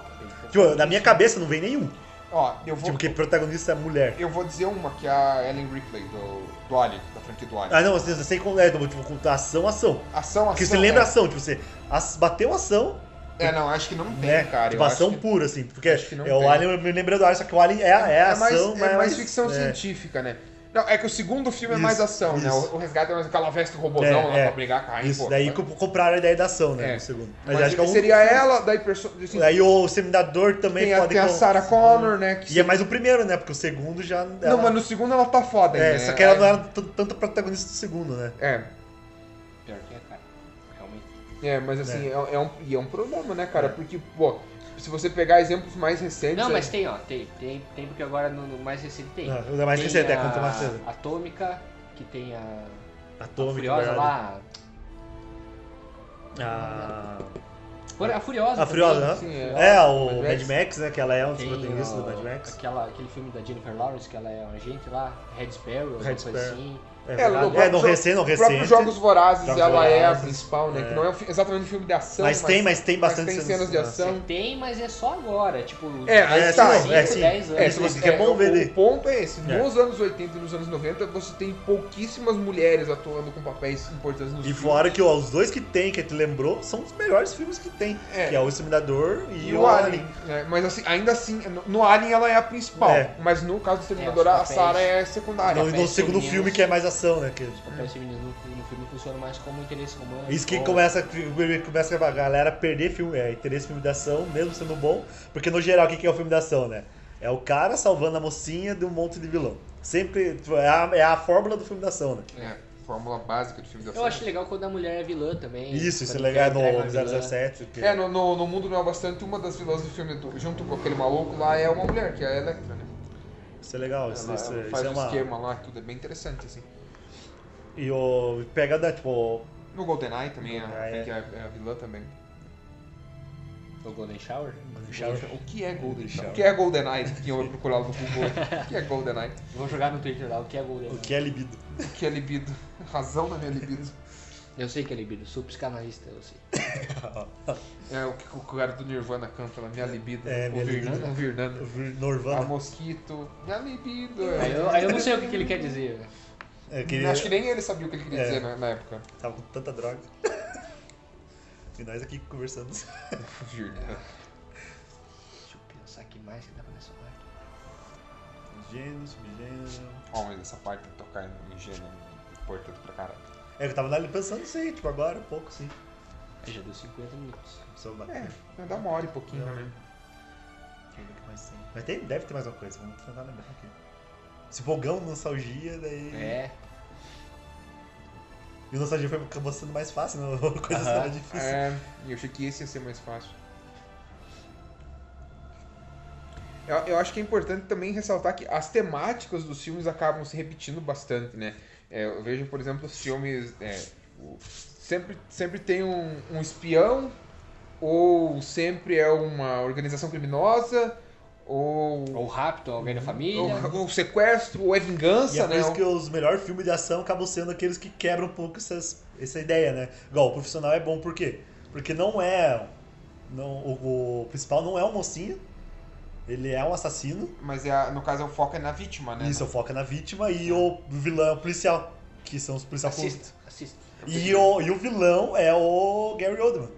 Tipo, na minha cabeça não vem nenhum. Ó, eu vou, Tipo, que protagonista é mulher. eu vou dizer uma que é a Ellen Ripley, do, do Alien, da franquia do Alien. Ah, não, assim, eu sei qual é, tipo, com ação, ação. Ação, ação. Porque você Ah, lembra é. ação, tipo, você as- bateu ação, É, não, acho que não tem, né? cara. tipo, eu ação acho que- pura, assim. Porque acho que não é o tem. Alien, eu me lembrei do Alien, só que o Alien é, é ação, mais, mas. é mais ficção é. científica, né? Não, é que o segundo filme é Isso, mais ação, né? isso. O, o resgate é mais aquela veste do robôzão É, lá é. pra brigar com a Isso, pô. daí co- compraram a ideia da ação, né? É. No segundo. Mas, Mas acho que é um- seria ela, daí perso... assim, Aí o Seminador também tem, a, pode. tem a com- Sarah Connor, né? que E é mais o primeiro, né? Porque o segundo já. Não, mas no segundo ela tá foda É, ainda, só né? que ela Aí- não era t- tanto protagonista do segundo, né? É, Pior que é, cara. Realmente. é, mas assim, é, é um, e é um problema, né, cara? Porque, pô, se você pegar exemplos mais recentes... Não, é- mas tem, ó, tem, tem, tem porque agora no, no mais recente tem. Não, o mais Tem recente, é a quanto mais recente. Atômica, que tem a, a Atômica, Furiosa verdade. lá. A... Fur- A Furiosa. a Furiosa, também, né? sim, Ah, é, é. o Mad Mad Max. Max, né? Que ela é um dos Tem protagonistas do o- Mad Max. Aquela, aquele filme da Jennifer Lawrence, que ela é um agente lá, Red Sparrow, alguma Red coisa Sparrow. assim. É, no verdade. é próprio não jogo- recente, não Os próprios recente. Jogos Vorazes, Jogos ela é a Vorazes, principal, né? é. Que não é um fi- exatamente um filme de ação, Mas tem, mas tem bastante tem cenas de ação. Você tem, mas é só agora. Tipo, os É, Então- aí É, tá, sim, aí- não, é, cinco, sim. dez anos. É, Isso se você que é bom ver, o, né? o ponto é esse. É. Nos anos 80 e nos anos 90, você tem pouquíssimas mulheres atuando com papéis importantes nos E filmes. fora que ó, os dois que tem, que te lembrou, são os melhores filmes que tem. É. Que é o Exterminador e, E o Alien. né? Mas assim, ainda assim, no, no Alien ela é a principal. É. Mas no caso do É, Exterminador, os a papéis. Sarah é secundária. No, Não, no segundo femininos. filme que é mais ação, né? Que, Os papéis femininos no, no filme funcionam mais como interesse romântico. isso que ou- começa, começa a galera perder filme, é, interesse em filme de ação, mesmo sendo bom. Porque no geral, o que que é o filme de ação, né? É o cara salvando a mocinha de um monte de vilão. Sempre tipo, é a, é a fórmula do filme de ação, né? É, fórmula básica de filme de ação. Eu acho legal quando a mulher é vilã também. Isso, isso é quando legal a mulher no entrega uma vilã. 007. Que... É, no, no, no Mundo Não é Bastante, uma das vilãs do filme, do- junto com aquele maluco lá, é uma mulher, que é a Electra, né? Isso é legal, isso, Ela, isso- ela isso faz é um uma. esquema lá, tudo é bem interessante, assim. E o. Pega da, tipo. No GoldenEye também, Ah, é, é. tem que é, é a vilã também. O Golden Shower? O que é Golden Shower? O que é GoldenEye? Que eu vou procurar no Google. O que é GoldenEye? Vou jogar no Twitter lá, o que é Golden O que é libido? O que é libido? Razão da minha libido. Eu sei que é libido, sou psicanalista, eu sei. É o que o cara do Nirvana canta lá, minha libido. É, minha o Virnana. libido. O Virnana. A Norvana. Mosquito. Minha libido. é. Aí eu, aí eu não sei o que, que ele quer dizer. né? É, que Acho que nem ele sabia o que ele queria É. dizer na, na época. tava com tanta droga. e nós aqui conversando. Virnana. Deixa eu pensar que mais que dá pra nessa parte. Gênio, subgênio. Ó, mas essa parte de tocar em gênero é importante pra caralho. É, eu tava ali pensando isso aí, tipo, agora, pouco, sim. Aí Já deu 50 minutos. Só ba- É, dá uma hora e pouquinho também. Quer ver o que mais tem? Mas tem, deve ter mais uma coisa, vamos tentar lembrar aqui. Esse fogão, nostalgia, daí. É, E o nostalgia foi acabou sendo mais fácil, né? coisa Aham. estava difícil. É, e eu achei que esse ia ser mais fácil. Eu, eu acho que é importante também ressaltar que as temáticas dos filmes acabam se repetindo bastante, né? É, eu vejo, por exemplo, os filmes. é, o- sempre, sempre tem um, um espião, ou sempre é uma organização criminosa, ou. um ou rapto, alguém da família. Ou, ou sequestro, ou é E é vingança, por né? isso que os melhores filmes de ação acabam sendo aqueles que quebram um pouco essas, essa ideia, né? Igual, o profissional é bom por quê? Porque não é. Não, o, o principal não é um mocinho, ele é um assassino, Mas é a- no caso, o foco é na vítima, né? e isso foca na vítima, e o vilão é o policial, que são os policiais Assista, assista. E o, e o vilão é o Gary Oldman.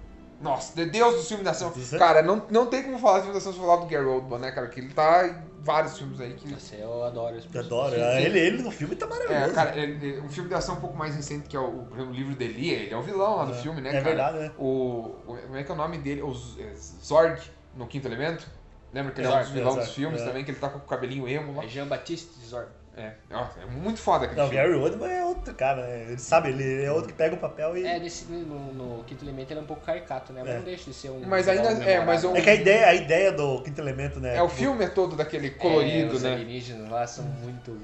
Nossa, de- Deus do filme da ação. Isso é- Cara, não, não tem como falar de filme da ação sem falar do Gary Oldman, né, cara? Que ele tá em vários filmes aí que... Nossa, eu adoro esse Eu personagem. adoro. Ele, ele no filme tá maravilhoso. É, cara, ele- ele- um filme de ação um pouco mais recente que é o, por exemplo, o livro dele, ele é o vilão lá do filme, né, É cara? verdade, né? O, o- como é que é o nome dele? O Z- é Zorg, no Quinto Elemento? Lembra que ele é um Zorg, dos vilão é, dos Zorg, filmes é. também, que ele tá com o cabelinho emo lá? É Jean-Baptiste Zorba. É, Nossa, é muito foda aquele Não, o filme. Gary Oldman é outro cara, né? Ele sabe, ele é outro que pega o papel e. É, É, nesse, no, no Quinto Elemento ele é um pouco caricato, né? Mas É. não deixa de ser um... Mas ainda- vilão é, mas memorável. o- que a ideia, a ideia do quinto elemento, né? É, o filme é todo daquele colorido, É, os né? alienígenas lá são muito...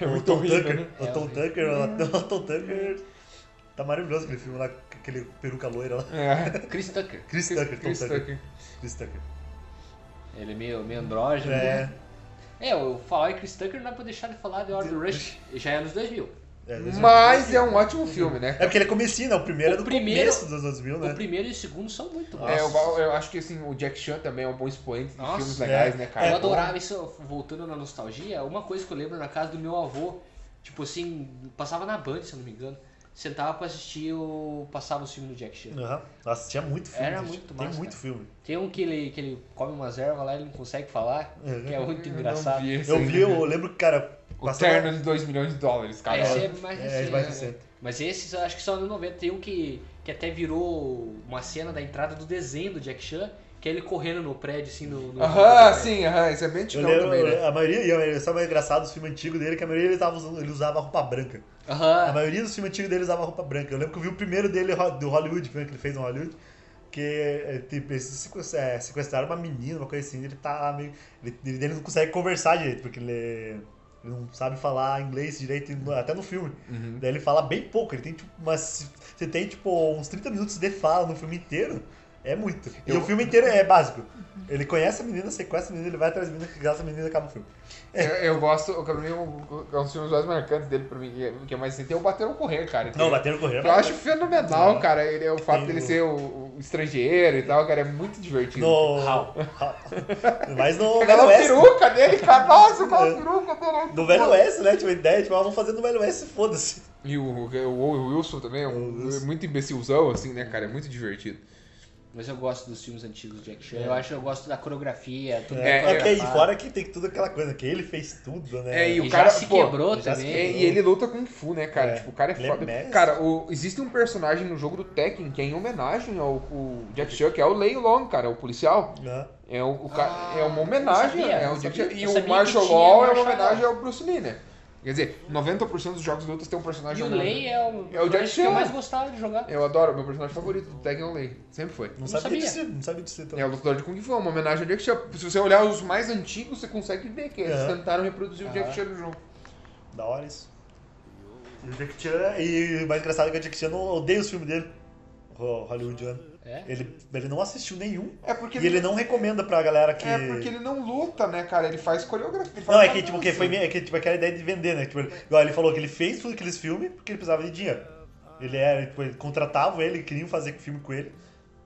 É O muito Tom horrível, Tucker. né? O É Tom horrível. Tucker, o o Tom Tucker. Tá maravilhoso aquele filme lá, com aquele peruca loira lá. É. Chris Tucker. Chris Tucker, Tom Chris Tucker. Tucker. Chris Tucker. Ele é meio, meio andrógeno. É. né? É, eu falar em Chris Tucker não dá pra deixar de falar de Hora do Rush, já é anos 2000. É, Mas é um ótimo filme, né? É porque ele é comecinho, né? O primeiro O é do primeiro- começo dos 2000, né? O primeiro e o segundo são muito bons. É, eu, eu acho que assim, o Jack Chan também é um bom expoente de Nossa, filmes legais, é. né, cara? Eu adorava isso, voltando na nostalgia, uma coisa que eu lembro na casa do meu avô, tipo assim, passava na Band, se eu não me engano, sentava pra assistir o... passava o filme do Jack Chan. Aham. Nossa, tinha muito filme. Era gente. muito Tem massa, muito cara. filme. Tem um que ele, que ele come umas ervas lá e ele não consegue falar, É. que é muito Uhum. Eu não engraçado. vi esse Eu ainda. vi, eu lembro que, cara. O passava- terno de 2 milhões de dólares, cara. Esse é mais É, recente. mais né? recente. Mas esses eu acho que são anos 90. Tem um que, que até virou uma cena da entrada do desenho do Jack Chan, que é ele correndo no prédio, assim, no. no- Aham, no- sim, aham, isso é bem Eu antigão lembro, também, né? a maioria, e a maioria, sabe o mais engraçado dos filmes antigos dele, que a maioria ele, tava usando, ele usava roupa branca. A Aham. maioria dos filmes antigos dele usava roupa branca. Eu lembro que eu vi o primeiro dele ro- do Hollywood, o filme que ele fez no Hollywood, que é, tipo, eles sequ- é, sequestraram uma menina, uma coisa assim, ele tá lá meio. Ele, ele ele não consegue conversar direito, porque ele, é- ele não sabe falar inglês direito, até no filme. Uhum. Daí ele fala bem pouco, ele tem tipo umas. Você tem tipo uns 30 minutos de fala no filme inteiro. É muito. E Eu- o filme inteiro é básico. Uhum. Ele conhece a menina, sequestra a menina, ele vai atrás da menina, graça a menina e acaba o filme. Eu, eu gosto, o mim, um, um dos filmes mais marcantes dele pra mim, que é- que é mais recente, é o Bater ou Correr, cara. Não, Tem- bateram correndo. Eu acho fenomenal, cara, ele, o fato Tem dele o- ser o, o estrangeiro e tal, cara, é muito divertido. No. Hal. Mas no Velho Aquela Oeste. peruca dele, cara, nossa, É. aquela peruca dele. No Velho Oeste, né? Tipo, a ideia, tipo, ah, vamos fazer no Velho Oeste, foda-se. E o, o Owen Wilson também é um, O Wilson. muito imbecilzão, assim, né, cara, é muito divertido. Mas eu gosto dos filmes antigos do Jack Chan. Eu acho eu gosto da coreografia, tudo bem É, é, É, e coreografado. fora que tem tudo aquela coisa, que ele fez tudo, né? É, e o Ele já cara, se pô, quebrou ele já se também. E, e ele luta com Fu, né, cara? É, Tipo, o cara é ele é foda. mestre. cara, o- existe um personagem no jogo do Tekken que é em homenagem ao, ao Jack Chan, que é o Lei Long, cara, o policial. Né? É, o, o ca- Ah, é uma homenagem eu sabia, é eu o Jack sabia, Chan. eu E o sabia que Martial tinha Law é uma Martial homenagem Law. ao Bruce Lee, né? Quer dizer, 90% dos jogos de lutas tem um E personagem o homenagem. Lei é o, É o Jack que eu Chan. mais gostava de jogar. Eu adoro, meu personagem favorito do Tekken é o Lei. Sempre foi. Não, sabia sabia. disso, não sabia disso então. É o lutador de Kung Fu, é uma homenagem ao Jack Chan. Se você olhar os mais antigos, você consegue ver que eles Aham. tentaram reproduzir o Jack Aham. Chan no jogo. Da hora isso. E o Jack Chan, e o mais engraçado é que o Jack Chan não odeia os filmes dele, o hollywoodiano. É. Ele, ele não assistiu nenhum É porque e ele não recomenda pra galera que... É porque ele não luta, né, cara? Ele faz coreografia. ele faz Não, é que uma tipo, dança. que foi meio- é que, tipo, aquela ideia de vender, né? Tipo, ele, igual ele falou que ele fez tudo aqueles filmes porque ele precisava de dinheiro. Ele era, tipo, ele contratava ele, queriam fazer filme com ele.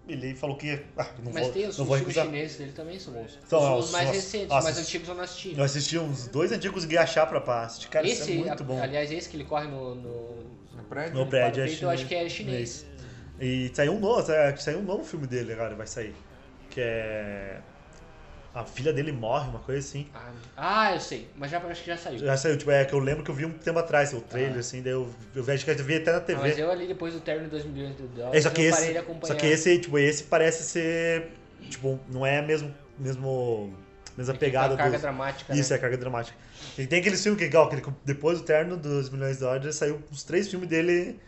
Ele falou que ah, não Mas vou, tem os, não os vou filmes recusar. chineses dele também são bons. Então, os, é, os os- mais nossa, recentes, os nossa, mais os- antigos eu não assisti. Eu assisti uns dois antigos e achar pra pra assistir. Cara, esse, isso é muito a- bom. aliás, esse que ele corre no, no, No prédio. No prédio, Peito, eu acho que é chinês. E saiu um novo, sa- saiu um novo filme dele agora, vai sair. Que é. A filha dele morre, uma coisa assim. Ah, ah, eu sei, mas já acho que já saiu. Já saiu, tipo, é que eu lembro que eu vi um tempo atrás, o trailer, assim, daí eu, eu vejo que eu vi até na Ah, mas TV. eu ali depois do término de 2 milhões de é, dólares, só que eu parei esse. de Só acompanhar. que esse, tipo, esse parece ser. Tipo, não é mesmo. mesmo mesma Tem pegada aquela É carga dos- dramática, Isso, né? é a carga dramática. E tem aquele filme que é legal, que ele- depois do terno dos milhões de dólares, saiu uns três filmes dele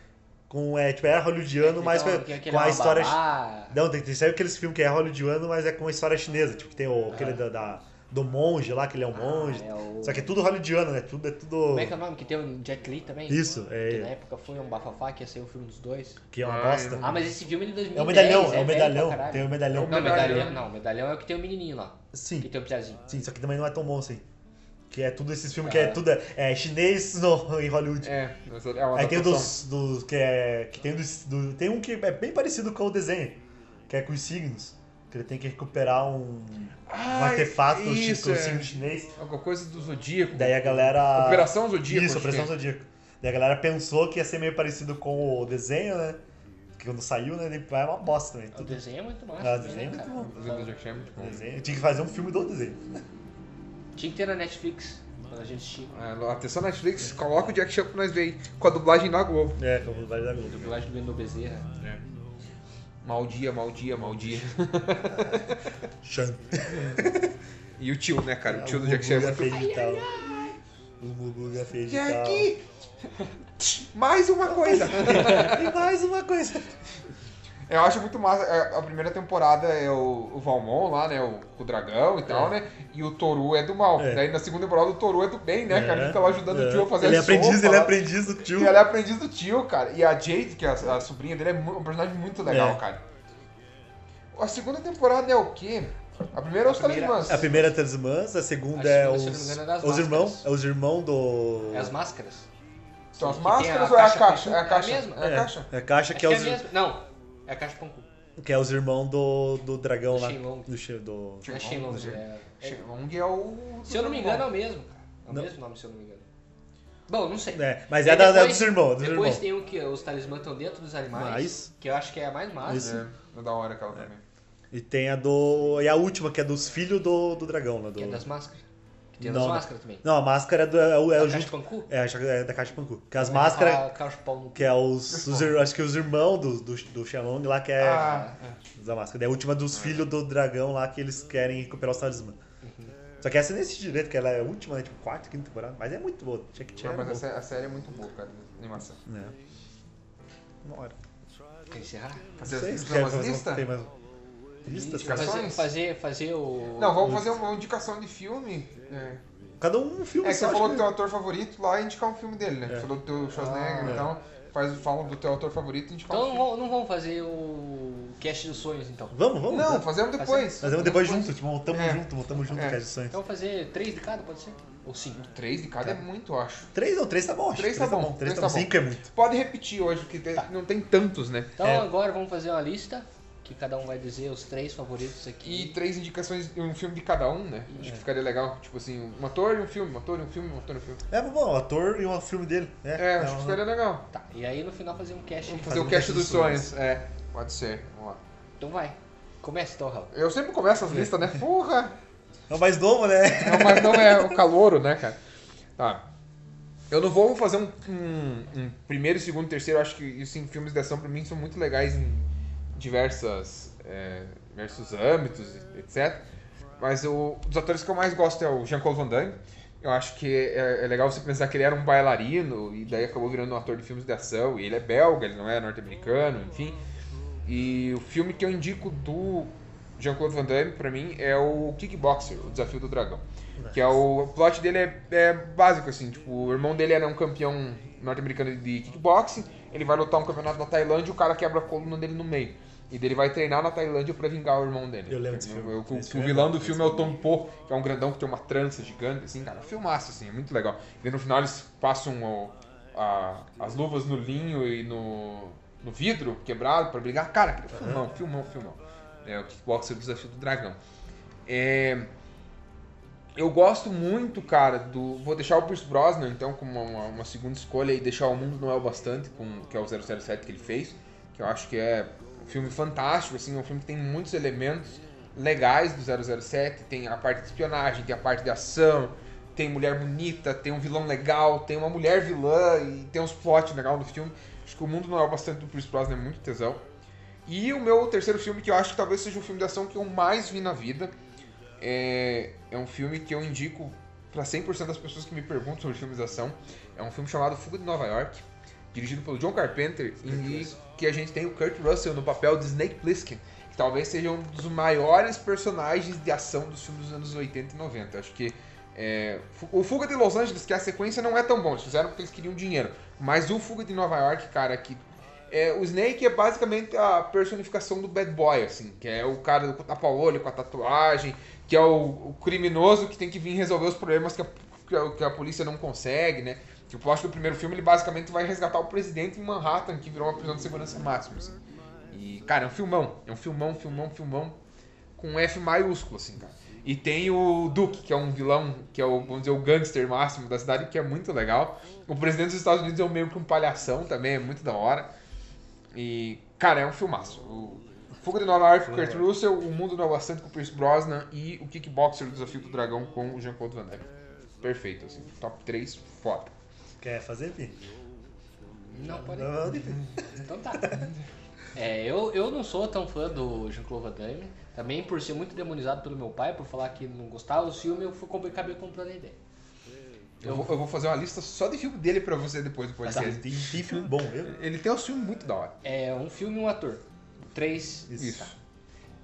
com. É, tipo, era hollywoodiano, mas Então, com- que- aquele com a lá, história. babá. Não, tem, tem saiu aqueles filmes que é hollywoodiano, mas é com a história chinesa. Tipo, que tem o, aquele da, da- do monge lá, que ele é um monge. Ah, é o- Só que é tudo hollywoodiano, né? Tudo é tudo. Como é que é o nome? Que tem o Jet Li também? Isso, Que na é. época foi um bafafá que ia sair o filme dos dois. Que é uma Ah, bosta. Ah, mas esse filme é de 2010. É o medalhão, é o velho pra medalhão. caralho. Tem o medalhão. Não, medalhão Medalhão. não. Medalhão é o que tem o menininho lá. Que Sim, tem o piazinho. sim, só que também não é tão bom assim. Que é tudo esses filmes que é Ah. tudo. É, é chinês no, em Hollywood. É, mas é uma Aí tem o adaptação. dos, dos. que é. Que tem, dos, do- tem um que é bem parecido com o desenho, que é com os signos. Que ele tem que recuperar um, um Ai, artefato chi- isso, com o é. signo chinês. Alguma coisa do Zodíaco. Daí a galera. Operação Zodíaco. Isso, acho que é. Operação Zodíaco. Daí a galera pensou que ia ser meio parecido com o desenho, né? Que quando saiu, né? Ele é uma bosta, né? O Tudo desenho é muito massa. Ah, o também, desenho né, é cara? muito é. O do Jack Chan é muito bom. desenho. Tinha que fazer um filme do desenho. Tinha que ter na Netflix. Quando a gente tinha. Ah, Atenção Netflix, coloca o Jack Chan pra nós ver aí, com a dublagem da Globo. É, como vai da Globo. Dublagem do Lendo Bezerra. Mal dia, mal dia, mal dia. Chan. E o tio, né, cara? O tio do Ah, O Jack Chan é Guga muito... fez de tal. O Guga fez de tal. Jack! Mais uma coisa! E mais uma coisa. Eu acho muito massa. é, A primeira temporada é o, o Valmon lá, né? O, o dragão e tal, né? E o Toru é do mal. É. Daí na segunda temporada o Toru é do bem, né, cara? Ele É, fica lá ajudando o tio a fazer Ele é a sopa aprendiz, ele é lá. aprendiz do tio. E ela é aprendiz do tio, cara. E a Jade, que é a, a sobrinha dele, é mu- um personagem muito legal, É. cara. A segunda temporada é o quê? A primeira é os A primeira- talismãs. A primeira é Talismãs, a segunda A é segunda, os, se eu não me engano, é das os irmãos. máscaras. É os irmãos do. É as máscaras. São as Que tem máscaras a ou é a caixa caixa? com- É a caixa. é a mesma. É a caixa. É a caixa Acho que é, os, a mesma. Não, é a caixa de Pangu. que é os irmãos do, do dragão Do lá. Shenlong. Do, Shen- do- É Shenlong. é- é- Shenlong é o. Se eu não me engano, é o mesmo, cara. É o Não. mesmo nome, se eu não me engano. Bom, não sei. É, mas Aí é, da- é depois- dos irmãos. é Dos Depois irmãos. tem o que os talismãs estão dentro dos animais. Mais. Que eu acho que é a mais massa. Isso. É, é da hora aquela também. E tem a do. E a última, que é dos filhos do, do dragão, né? Do... Que é das máscaras. Que tem Não, das não. máscaras também. Não, a máscara é, do, é, o- é Da caixa o de junto. Pangu? É, acho que é da caixa de Pangu. Que as máscaras. Ca- Caixa de pau no cu. Que é os. os ir- acho que os irmãos do, do, do Shenlong lá, que é. Ah, É. Da máscara. Daí a última dos filhos do dragão lá que eles querem recuperar os talismãs. Uhum. Só que essa nem existe direito, que ela é a última, né? Tipo, quarta, quinta temporada. Mas é muito boa. Check é. check. mas a sé- a série é muito boa, cara. de Animação. É. Uma hora. Quer encerrar? Fazer Sei, as- se fazer quer umas fazer um- listas? Tem mais um- assim, listas? Indicações? cara. Fazer, fazer, fazer o. Não, vamos fazer uma indicação de filme. É, Cada um um filme É que só, você acho falou do que- É. teu ator favorito lá e indicar um filme dele, né? Falou do teu Schwarzenegger, Ah, é. então faz, fala do teu ator favorito e indicar Então um não, filme. vão- não vamos fazer o cast dos sonhos, então. Vamos, vamos. Não, vamos. fazemos depois. Fazemos depois junto, tipo, montamos É. junto, montamos junto, É. cara, de sonhos. Então fazer três de cada, pode ser? Ou cinco? Três de cada é muito, eu acho. Três não, três tá bom, Tá. acho. Três tá bom, Três três tá bom. tá bom. Cinco é muito. Tá. Pode repetir hoje, que tem- não tem tantos, né? Então É. agora vamos fazer uma lista, que cada um vai dizer os três favoritos E aqui. três indicações, um filme de cada um, né? É. Acho que ficaria legal. Tipo assim, um ator e um filme, um ator e um filme, um ator e um filme. É bom, o ator e o filme dele. É, É, acho um- que ficaria legal. Tá, e aí no final fazer um cast. Vamos de- fazer o um cast cast dos dos sonhos. sonhos. É, pode ser. Vamos lá. Então vai. Começa então, Raul. Eu sempre começo as listas, né? Porra! É o mais novo, né? Não, mas não é o calouro, né, cara? Tá. Eu não vou fazer um, um- um primeiro, segundo, terceiro. Acho que isso em filmes de ação, pra mim, são muito legais em diversas, é, diversos âmbitos, etc. Mas o, dos atores que eu mais gosto é o Jean-Claude Van Damme. Eu acho que é, é legal você pensar que ele era um bailarino e daí acabou virando um ator de filmes de ação. E ele é belga, ele não é norte-americano, enfim. E o filme que eu indico do Jean-Claude Van Damme, pra mim, é o Kickboxer, O Desafio do Dragão. Que é o, o plot dele é, é básico, assim, tipo, o irmão dele era um campeão norte-americano de kickboxing, ele vai lutar um campeonato na Tailândia e o cara quebra a coluna dele no meio. E daí ele vai treinar na Tailândia pra vingar o irmão dele. Eu lembro desse filme. O, o- Esse o filme é vilão bom, do esse filme é o Tom Po, que é um grandão que tem uma trança gigante, assim, cara, filmaço, assim, é muito legal. E daí no final eles passam o- a- as luvas no linho e no, no vidro quebrado pra brigar. Cara, aquele filmão, filmão, filmão. É o Kickboxer o Desafio do Dragão. É, eu gosto muito, cara, do. Vou deixar o Pierce Brosnan, então, como uma, uma segunda escolha e deixar O Mundo Não É o Bastante, com, que é o 007 que ele fez, que eu acho que é um filme fantástico, assim, é um filme que tem muitos elementos legais do 007, tem a parte de espionagem, tem a parte de ação, tem mulher bonita, tem um vilão legal, tem uma mulher vilã e tem uns plot legal no filme. Acho que O Mundo Não É o Bastante do Pierce Brosnan é muito tesão. E o meu terceiro filme, que eu acho que talvez seja o filme de ação que eu mais vi na vida, é, é um filme que eu indico pra 100% das pessoas que me perguntam sobre filmes de ação. É um filme chamado Fuga de Nova York, dirigido pelo John Carpenter, e que a gente tem o Kurt Russell no papel de Snake Plissken, que talvez seja um dos maiores personagens de ação dos filmes dos anos 80 e 90. Acho que é, fu- o Fuga de Los Angeles, que a sequência não é tão bom, eles fizeram porque eles queriam dinheiro. Mas o Fuga de Nova York, cara, que é, o Snake é basicamente a personificação do bad boy, assim, que é o cara com tapa-olho, com a tatuagem, que é o, o criminoso que tem que vir resolver os problemas que a, que a- que a polícia não consegue, né? Que o plot do primeiro filme, ele basicamente vai resgatar o presidente em Manhattan, que virou uma prisão de segurança máxima, assim. E, cara, é um filmão, é um filmão, filmão, filmão, com F maiúsculo, assim, cara. E tem o Duke, que é um vilão, que é o, vamos dizer, o gangster máximo da cidade, que é muito legal. O presidente dos Estados Unidos é um meio que um palhação também, é muito da hora. E, cara, é um filmaço. O Fuga de Nova York com o Kurt Russell, O Mundo Não é o Bastante com o Pierce Brosnan e O Kickboxer do Desafio do Dragão com o Jean-Claude Van Damme. Perfeito, assim. Top 3, foda. Quer fazer, Pi? Não, pode Não, não, Pi. Então tá. É, eu, eu não sou tão fã do Jean-Claude Van Damme. Também por ser muito demonizado pelo meu pai, por falar que não gostava do filme, eu fui, comp- acabei comprando a ideia. Eu vou, eu vou fazer uma lista só de filme dele pra você depois do Ah, Tem, tá. podcast. tem filme bom, viu? Ele tem um filme muito da hora. É um filme e um ator. Três. Tá. Isso.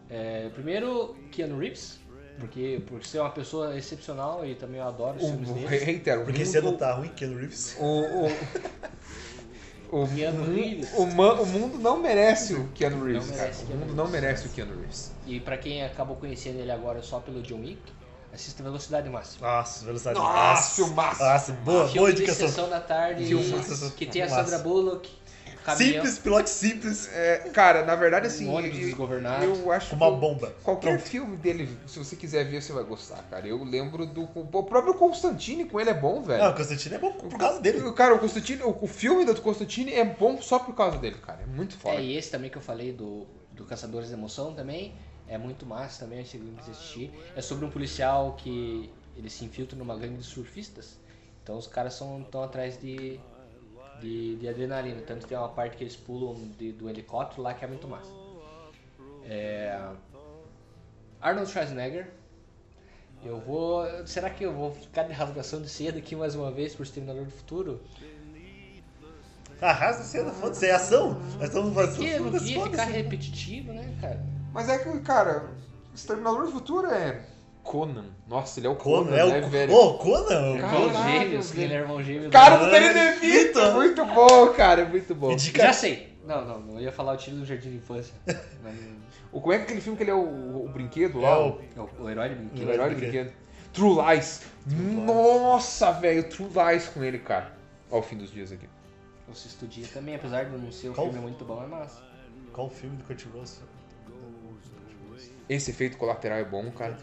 É, primeiro, Keanu Reeves, porque por ser uma pessoa excepcional e também eu adoro os O, filmes o, dele. tá reitero, o Porque mundo- esse ano tá ruim, Keanu Reeves. O, o, O, Keanu mu- Reeves. o ma- o mundo não merece o Keanu Reeves, merece Keanu cara. O Reeves. mundo não merece o Keanu Reeves. E pra quem acabou conhecendo ele agora só pelo John Wick, assista Velocidade Máxima. Nossa, velocidade Nossa, máxima. filmaço. Nossa, boa, Filme boa de indicação. sessão é da tarde Filmaço. que tem a Filmaço. Sandra Bullock, caminhão, Simples, pilote simples, É, cara, na verdade, assim. um ônibus eu- desgovernado. Eu acho uma que bomba. Qualquer Pronto. filme dele, se você quiser ver, você vai gostar, cara. Eu lembro do. O próprio Constantine com ele é bom, velho. Ah, o Constantino é bom por causa dele. Cara, o Constantine, o, o filme do Constantine é bom só por causa dele, cara. É muito foda. É, e esse também que eu falei do, do Caçadores de Emoção também. É muito massa também, achei que vocês assistir. É sobre um policial que ele se infiltra numa gangue de surfistas. Então os caras estão atrás de, de, de adrenalina. Tanto que tem uma parte que eles pulam de- do helicóptero lá que é muito massa. É, Arnold Schwarzenegger. Eu vou. Será que eu vou ficar de rasgação de seda aqui mais uma vez por Exterminador do Futuro? Arrasa a cena, foda-se, é ação. Nós estamos Porque não fazendo ia ficar foda-se. repetitivo, né, cara? Mas é que, cara, Exterminador do Futuro é. Conan. Nossa, ele é o Conan, Conan, é né, velho? o. Ô, Conan! Cara, o- Irmão Caralho, gêmeos, né? velho. ele era irmão gêmeo. Cara do- do Danny DeVito! Então. Muito bom, cara, muito bom. Indica Já sei. Não, não, não ia falar o tiro do jardim de infância. Mas, O, como é que aquele filme que ele é o, o brinquedo lá? É o- é, o, o herói de brinquedo. o herói do Brinquedo. brinquedo. True Lies. Nossa, velho, True Lies com ele, cara. Ó, o fim dos dias aqui. Você estudia também, apesar de não ser um Qual? filme muito bom, é massa. Qual o filme do Kurt Russell? Esse efeito colateral é bom, cara.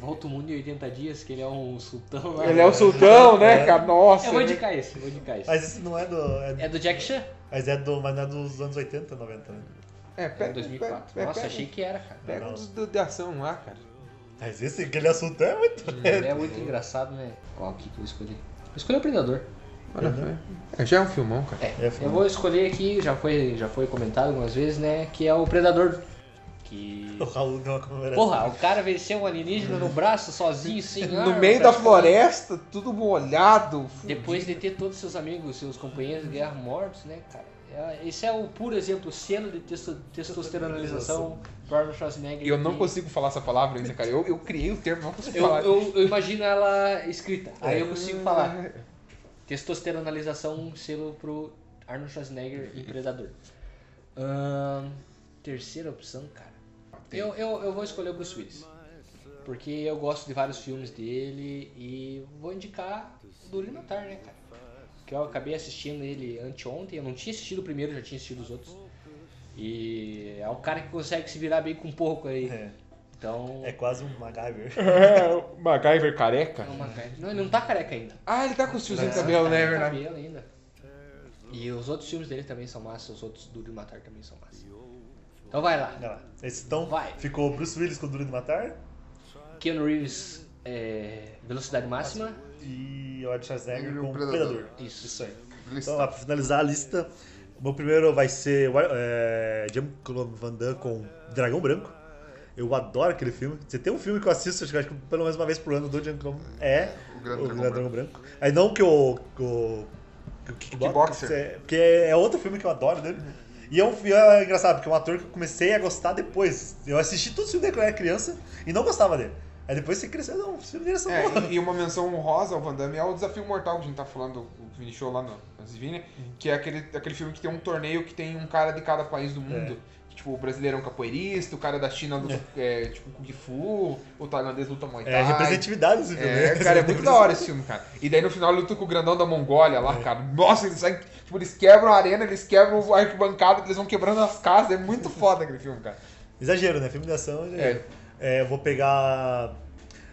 Volta o mundo em 80 dias, que ele é um sultão lá. Ele é o sultão, né, cara? Nossa. Eu vou né? indicar esse, vou indicar esse. Mas esse não é do. é- É do Jack Chan? Mas é do. Mas não é dos anos 80, 90, né? É, É pega, 2004. pega- Nossa, pega- achei que era, cara. Pega um dos do- de ação lá, cara. Mas esse, aquele assunto é muito. Ele é muito engraçado, né? Qual aqui que eu vou escolher? Vou escolher o Predador. É, já é um filmão, cara. É, É, foi eu vou escolher aqui, já foi, já foi comentado algumas vezes, né? Que é o Predador. Que. O Raul deu uma câmera. Porra, o cara venceu um alienígena no braço, sozinho, sem No arma, meio da praticamente. floresta, tudo molhado. Depois de ter todos seus amigos, seus companheiros de guerra mortos, né, cara? É, Esse é o puro exemplo, o selo de testo- testosteronalização do Arnold Schwarzenegger. Eu não que- consigo falar essa palavra ainda, cara. Eu, eu criei o termo, não consigo Eu, falar. eu- eu imagino ela escrita, aí eu consigo falar. Testosteronalização, um selo pro Arnold Schwarzenegger Uhum. e Predador. Ahn, terceira opção, cara. Eu, eu, eu vou escolher o Bruce Willis. Porque eu gosto de vários filmes dele e vou indicar o do Linatar, né, cara? Que eu acabei assistindo ele anteontem, eu não tinha assistido o primeiro, já tinha assistido os outros. E é um cara que consegue se virar bem com pouco aí. É, Então. é quase um MacGyver. É, o MacGyver careca? é uma cara- Não, ele não tá careca ainda. Ah, ele tá com os fios de Não, cabelo, né? É Tem verdade. cabelo ainda. E os outros filmes dele também são massa, os outros do Duro de Matar também são massa. Então vai lá. Olha lá. Esse então Vai. ficou Bruce Willis com o Duro de Matar Keanu Reeves, é, Velocidade Máxima. e o Ed Schwarzenegger E o com o Predador. Predador. Isso. aí. Então, Lista. lá, pra finalizar a lista, o meu primeiro vai ser é, Jean-Claude Van Damme com Dragão Branco. Eu adoro aquele filme. Você tem um filme que eu assisto, acho que acho que pelo menos uma vez por ano, do Jean-Claude. É, o o Grande Grande Dragão Dragão Branco. Aí não que o. Que o, que o Kickboxer. Kickboxer. é- Porque é outro filme que eu adoro dele. E é um filme é engraçado, porque é um ator que eu comecei a gostar depois. Eu assisti todos os filmes dele quando eu era criança e não gostava dele. Aí depois você cresceu, não, os filmes dele são bons. É, e e uma menção honrosa ao Van Damme é o Desafio Mortal que a gente tá falando, o que finishou lá no antes de vir, né? que é aquele, aquele filme que tem um torneio que tem um cara de cada país do mundo. Que, tipo, o brasileiro é um capoeirista, o cara da China luta, é, tipo, Kung Fu, o tailandês luta Muay Thai. É, representatividade desse filme. É, né? cara, é muito da hora esse filme, cara. E daí no final luta com o grandão da Mongólia lá, É. cara. Nossa, eles saem, tipo, eles quebram a arena, eles quebram a arquibancada, eles vão quebrando as casas. É muito foda aquele filme, cara. Exagero, né? Filme de ação. É. É. É, eu vou pegar.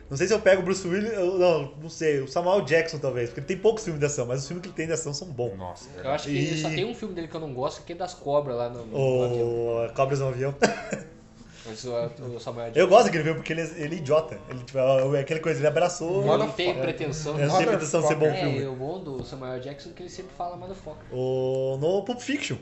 Não sei se eu pego o Bruce Willis. eu- não, não sei. O Samuel Jackson, talvez. Porque ele tem poucos filmes de ação, mas os filmes que ele tem de ação são bons. Nossa, Eu acho que E- só tem um filme dele que eu não gosto, que é das cobras lá no, no um avião. O Cobras no Avião. Mas o, o Samuel Eu gosto daquele filme porque ele, ele é idiota. Ele, tipo, é aquela coisa, ele abraçou. Jackson não tem pretensão. Eu não Motherfucker. tenho pretensão de ser bom É, filme. e o bom do Samuel Jackson é que ele sempre fala motherfucker. O, no Pulp Fiction.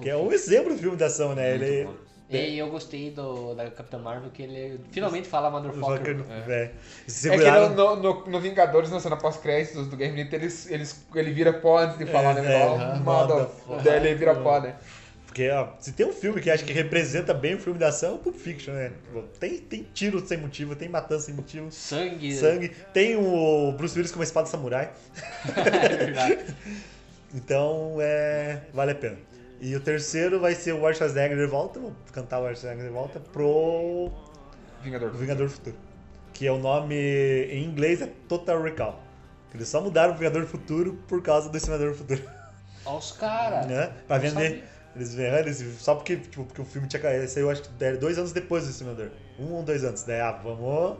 Que é um exemplo de filme de ação, né? Ele. E eu gostei do, da Capitã Marvel que ele finalmente fala motherfucker. É. Se É que no, seguraram. no, no- no Vingadores, na cena pós-créditos do Guerra Infinita, eles, eles, ele vira pó antes de falar, né? é, Ele fala, aham, "Motherfucker", Daí ele vira pó, né? Porque ó, se tem um filme que acho que representa bem o filme de ação, é o Pulp Fiction, né? Tipo, Tem, tem tiro sem motivo, tem matança sem motivo. Sangue. Sangue. Tem o Bruce Willis com uma espada samurai. É verdade. Então, é, vale a pena. E o terceiro vai ser o War Schwarzenegger de volta, vou cantar o War Schwarzenegger de volta, pro Vingador. Vingador do Futuro. Que é o nome em inglês é Total Recall. Eles só mudaram o Vingador do Futuro por causa do Exterminador do Futuro. Olha os caras. né? Pra não vender. sabia. Eles venderam, eles- só porque, tipo, porque o filme tinha ca- saiu, acho que era dois anos depois do Exterminador. Um ou dois anos. Daí, ah, vamos.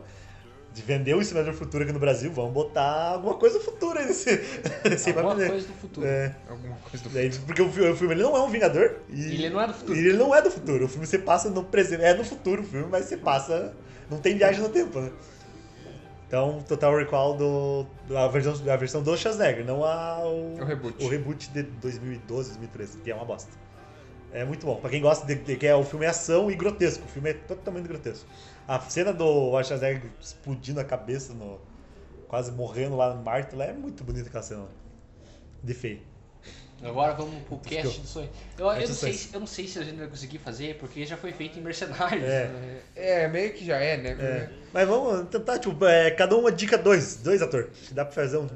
De vender o Exterminador Futuro aqui no Brasil, vamos botar alguma coisa futura aí nesse. nesse Alguma pra vender. coisa do futuro. É, Alguma coisa do daí, porque o fi- o filme ele não é um Vingador. E Ele não é do futuro. e ele não é do futuro. O filme se passa no presente. É no futuro o filme, mas se passa. Não tem viagem no tempo, né? Então, Total Recall do, da versão, da versão do Schwarzenegger, não a, o, É o reboot. o reboot de 2012, 2013, que é uma bosta. É muito bom. Pra quem gosta de, de que é o filme é ação e grotesco. O filme é totalmente grotesco. A cena do Schwarzenegger explodindo a cabeça, no, quase morrendo lá no Marte, lá é muito bonita aquela cena. lá. De feio. Agora vamos pro cast Ficou. do sonho. Eu, eu, Cast não do sei, sonho. se- eu não sei se a gente vai conseguir fazer, porque já foi feito em Mercenários. É. né? É, meio que já é, né? É, mas vamos tentar, tipo, é, cada uma dica dois, dois atores. Dá pra fazer um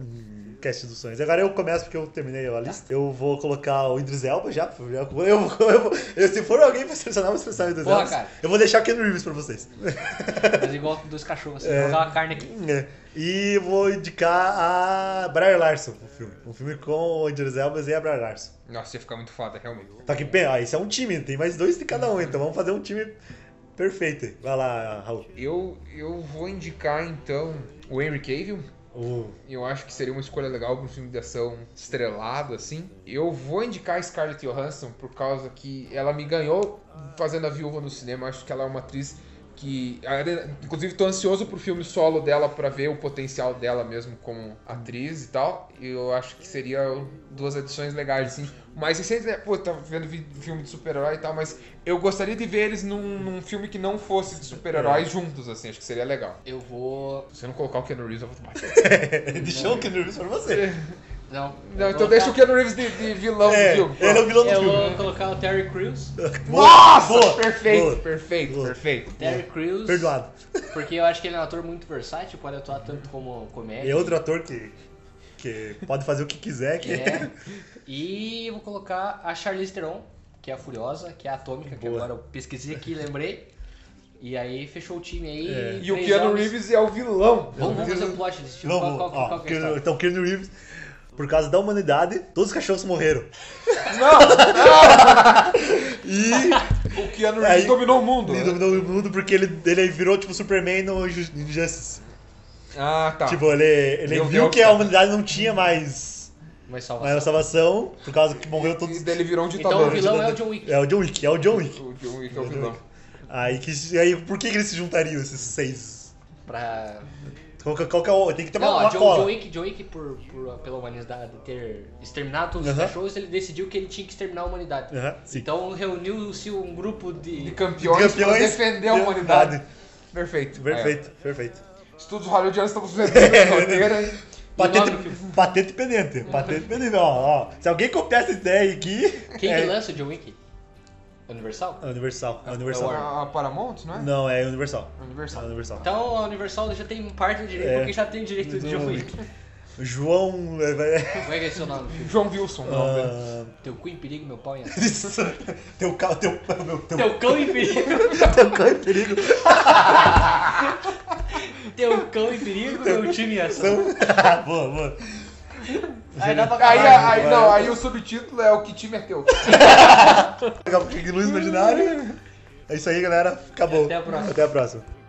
cast dos sonhos. Agora eu começo porque eu terminei a lista. Eu vou colocar o Idris Elba já. já- eu, vou- eu, vou- eu- se for alguém pra selecionar, eu vou selecionar o Idris Porra, Elba. cara. Eu vou deixar o Ken Reeves pra vocês. É, Mas igual dos cachorros, assim, jogar uma carne aqui. É. E vou indicar a Brian Larson, o filme. Um filme com o Idris Elba e a Brian Larson. Nossa, ia ficar muito foda, realmente. Tá que pena, ah, esse é um time, tem mais dois de cada um, então vamos fazer um time perfeito. aí. Vai lá, Raul. Eu, eu vou indicar, então, o Henry Cavill. O Eu acho que seria uma escolha legal para um filme de ação estrelado, assim. Eu vou indicar a Scarlett Johansson por causa que ela me ganhou fazendo a viúva no cinema. Acho que ela é uma atriz que. Inclusive, tô ansioso pro filme solo dela para ver o potencial dela mesmo como atriz e tal. E eu acho que seria duas edições legais, assim. Mais recente, né? Pô, tá vendo vi- filme de super-herói e tal, mas eu gostaria de ver eles num, num filme que não fosse de super-heróis juntos, assim. Acho que seria legal. Eu vou. Se eu não colocar o Keanu Reeves, eu vou tomar. Deixou o Ken Reeves pra você. Não. Não, então deixa o Keanu Reeves de, de vilão É, do filme. ele é o vilão do Eu filme. vou colocar o Terry Crews. Nossa! Boa, perfeito, boa, perfeito, boa. perfeito. Terry Crews. Perdoado. Porque eu acho que ele é um ator muito versátil, pode atuar tanto como comédia. E É outro ator que, que pode fazer o que quiser. Que... É. E eu vou colocar a Charlize Theron, que é a Furiosa, que é a Atômica, que Boa. agora eu pesquisei aqui, lembrei. E aí fechou o time aí. É. E o três Keanu homens. Reeves é o vilão. Vamos, vamos fazer o plot desse time. Não, qual, qual, ó, qual que é a Keanu- história? então, Keanu Reeves, por causa da humanidade, todos os cachorros morreram. Não! E O Keanu Aí- Reeves dominou o mundo. ele né? dominou o mundo porque ele, ele virou tipo Superman no Ju- Injustice. Ah, tá. Tipo, ele, ele Meu viu Deus, que a cara. humanidade não tinha mais, Mas salva. mais salvação, por causa que morreu E todos. daí ele virou um Então ditador. o vilão é o John Wick. É o John Wick, é o John Wick. O John Wick é o vilão. Aí, que, aí por que, que eles se juntariam, esses seis? Pra... Qual, que- qual que é o. Tem que ter uma, Não, uma John, cola. John Wick, John Wick por, por- pela humanidade ter exterminado todos os Aham. cachorros, ele decidiu que ele tinha que exterminar a humanidade. Aham, sim. Então reuniu-se um grupo de. De campeões, pra defender a de humanidade. Perfeito. Perfeito, perfeito. Aí, ó. Estudos hollywoodianos estão fazendo esse roteiro aí. Patente, nome do filme. patente pendente, patente pendente, ó, ó. Se alguém copiar essa ideia aqui. Quem é que lança o John Wick? Universal? É Universal, é É o Universal. Warner. A Paramount, não é? Não, é Universal. É Universal. Universal. Então a Universal já tem parte do direito, É. porque já tem direito de John John Wick. João. é, vai- Como é que é seu nome? filho? João Wilson, não, né? Ah, Teu cu em perigo, meu é? pau em ação. isso. Teu carro, teu. Meu, teu Teu cão em perigo, teu carro em perigo. teu cão em perigo, meu time em ação. Então, boa, boa. Aí dá pra Aí, acabar. aí, não, aí o subtítulo é o que time é teu. Acabou com luz imaginária. É isso aí, galera. Acabou. Até a próxima. Até a próxima.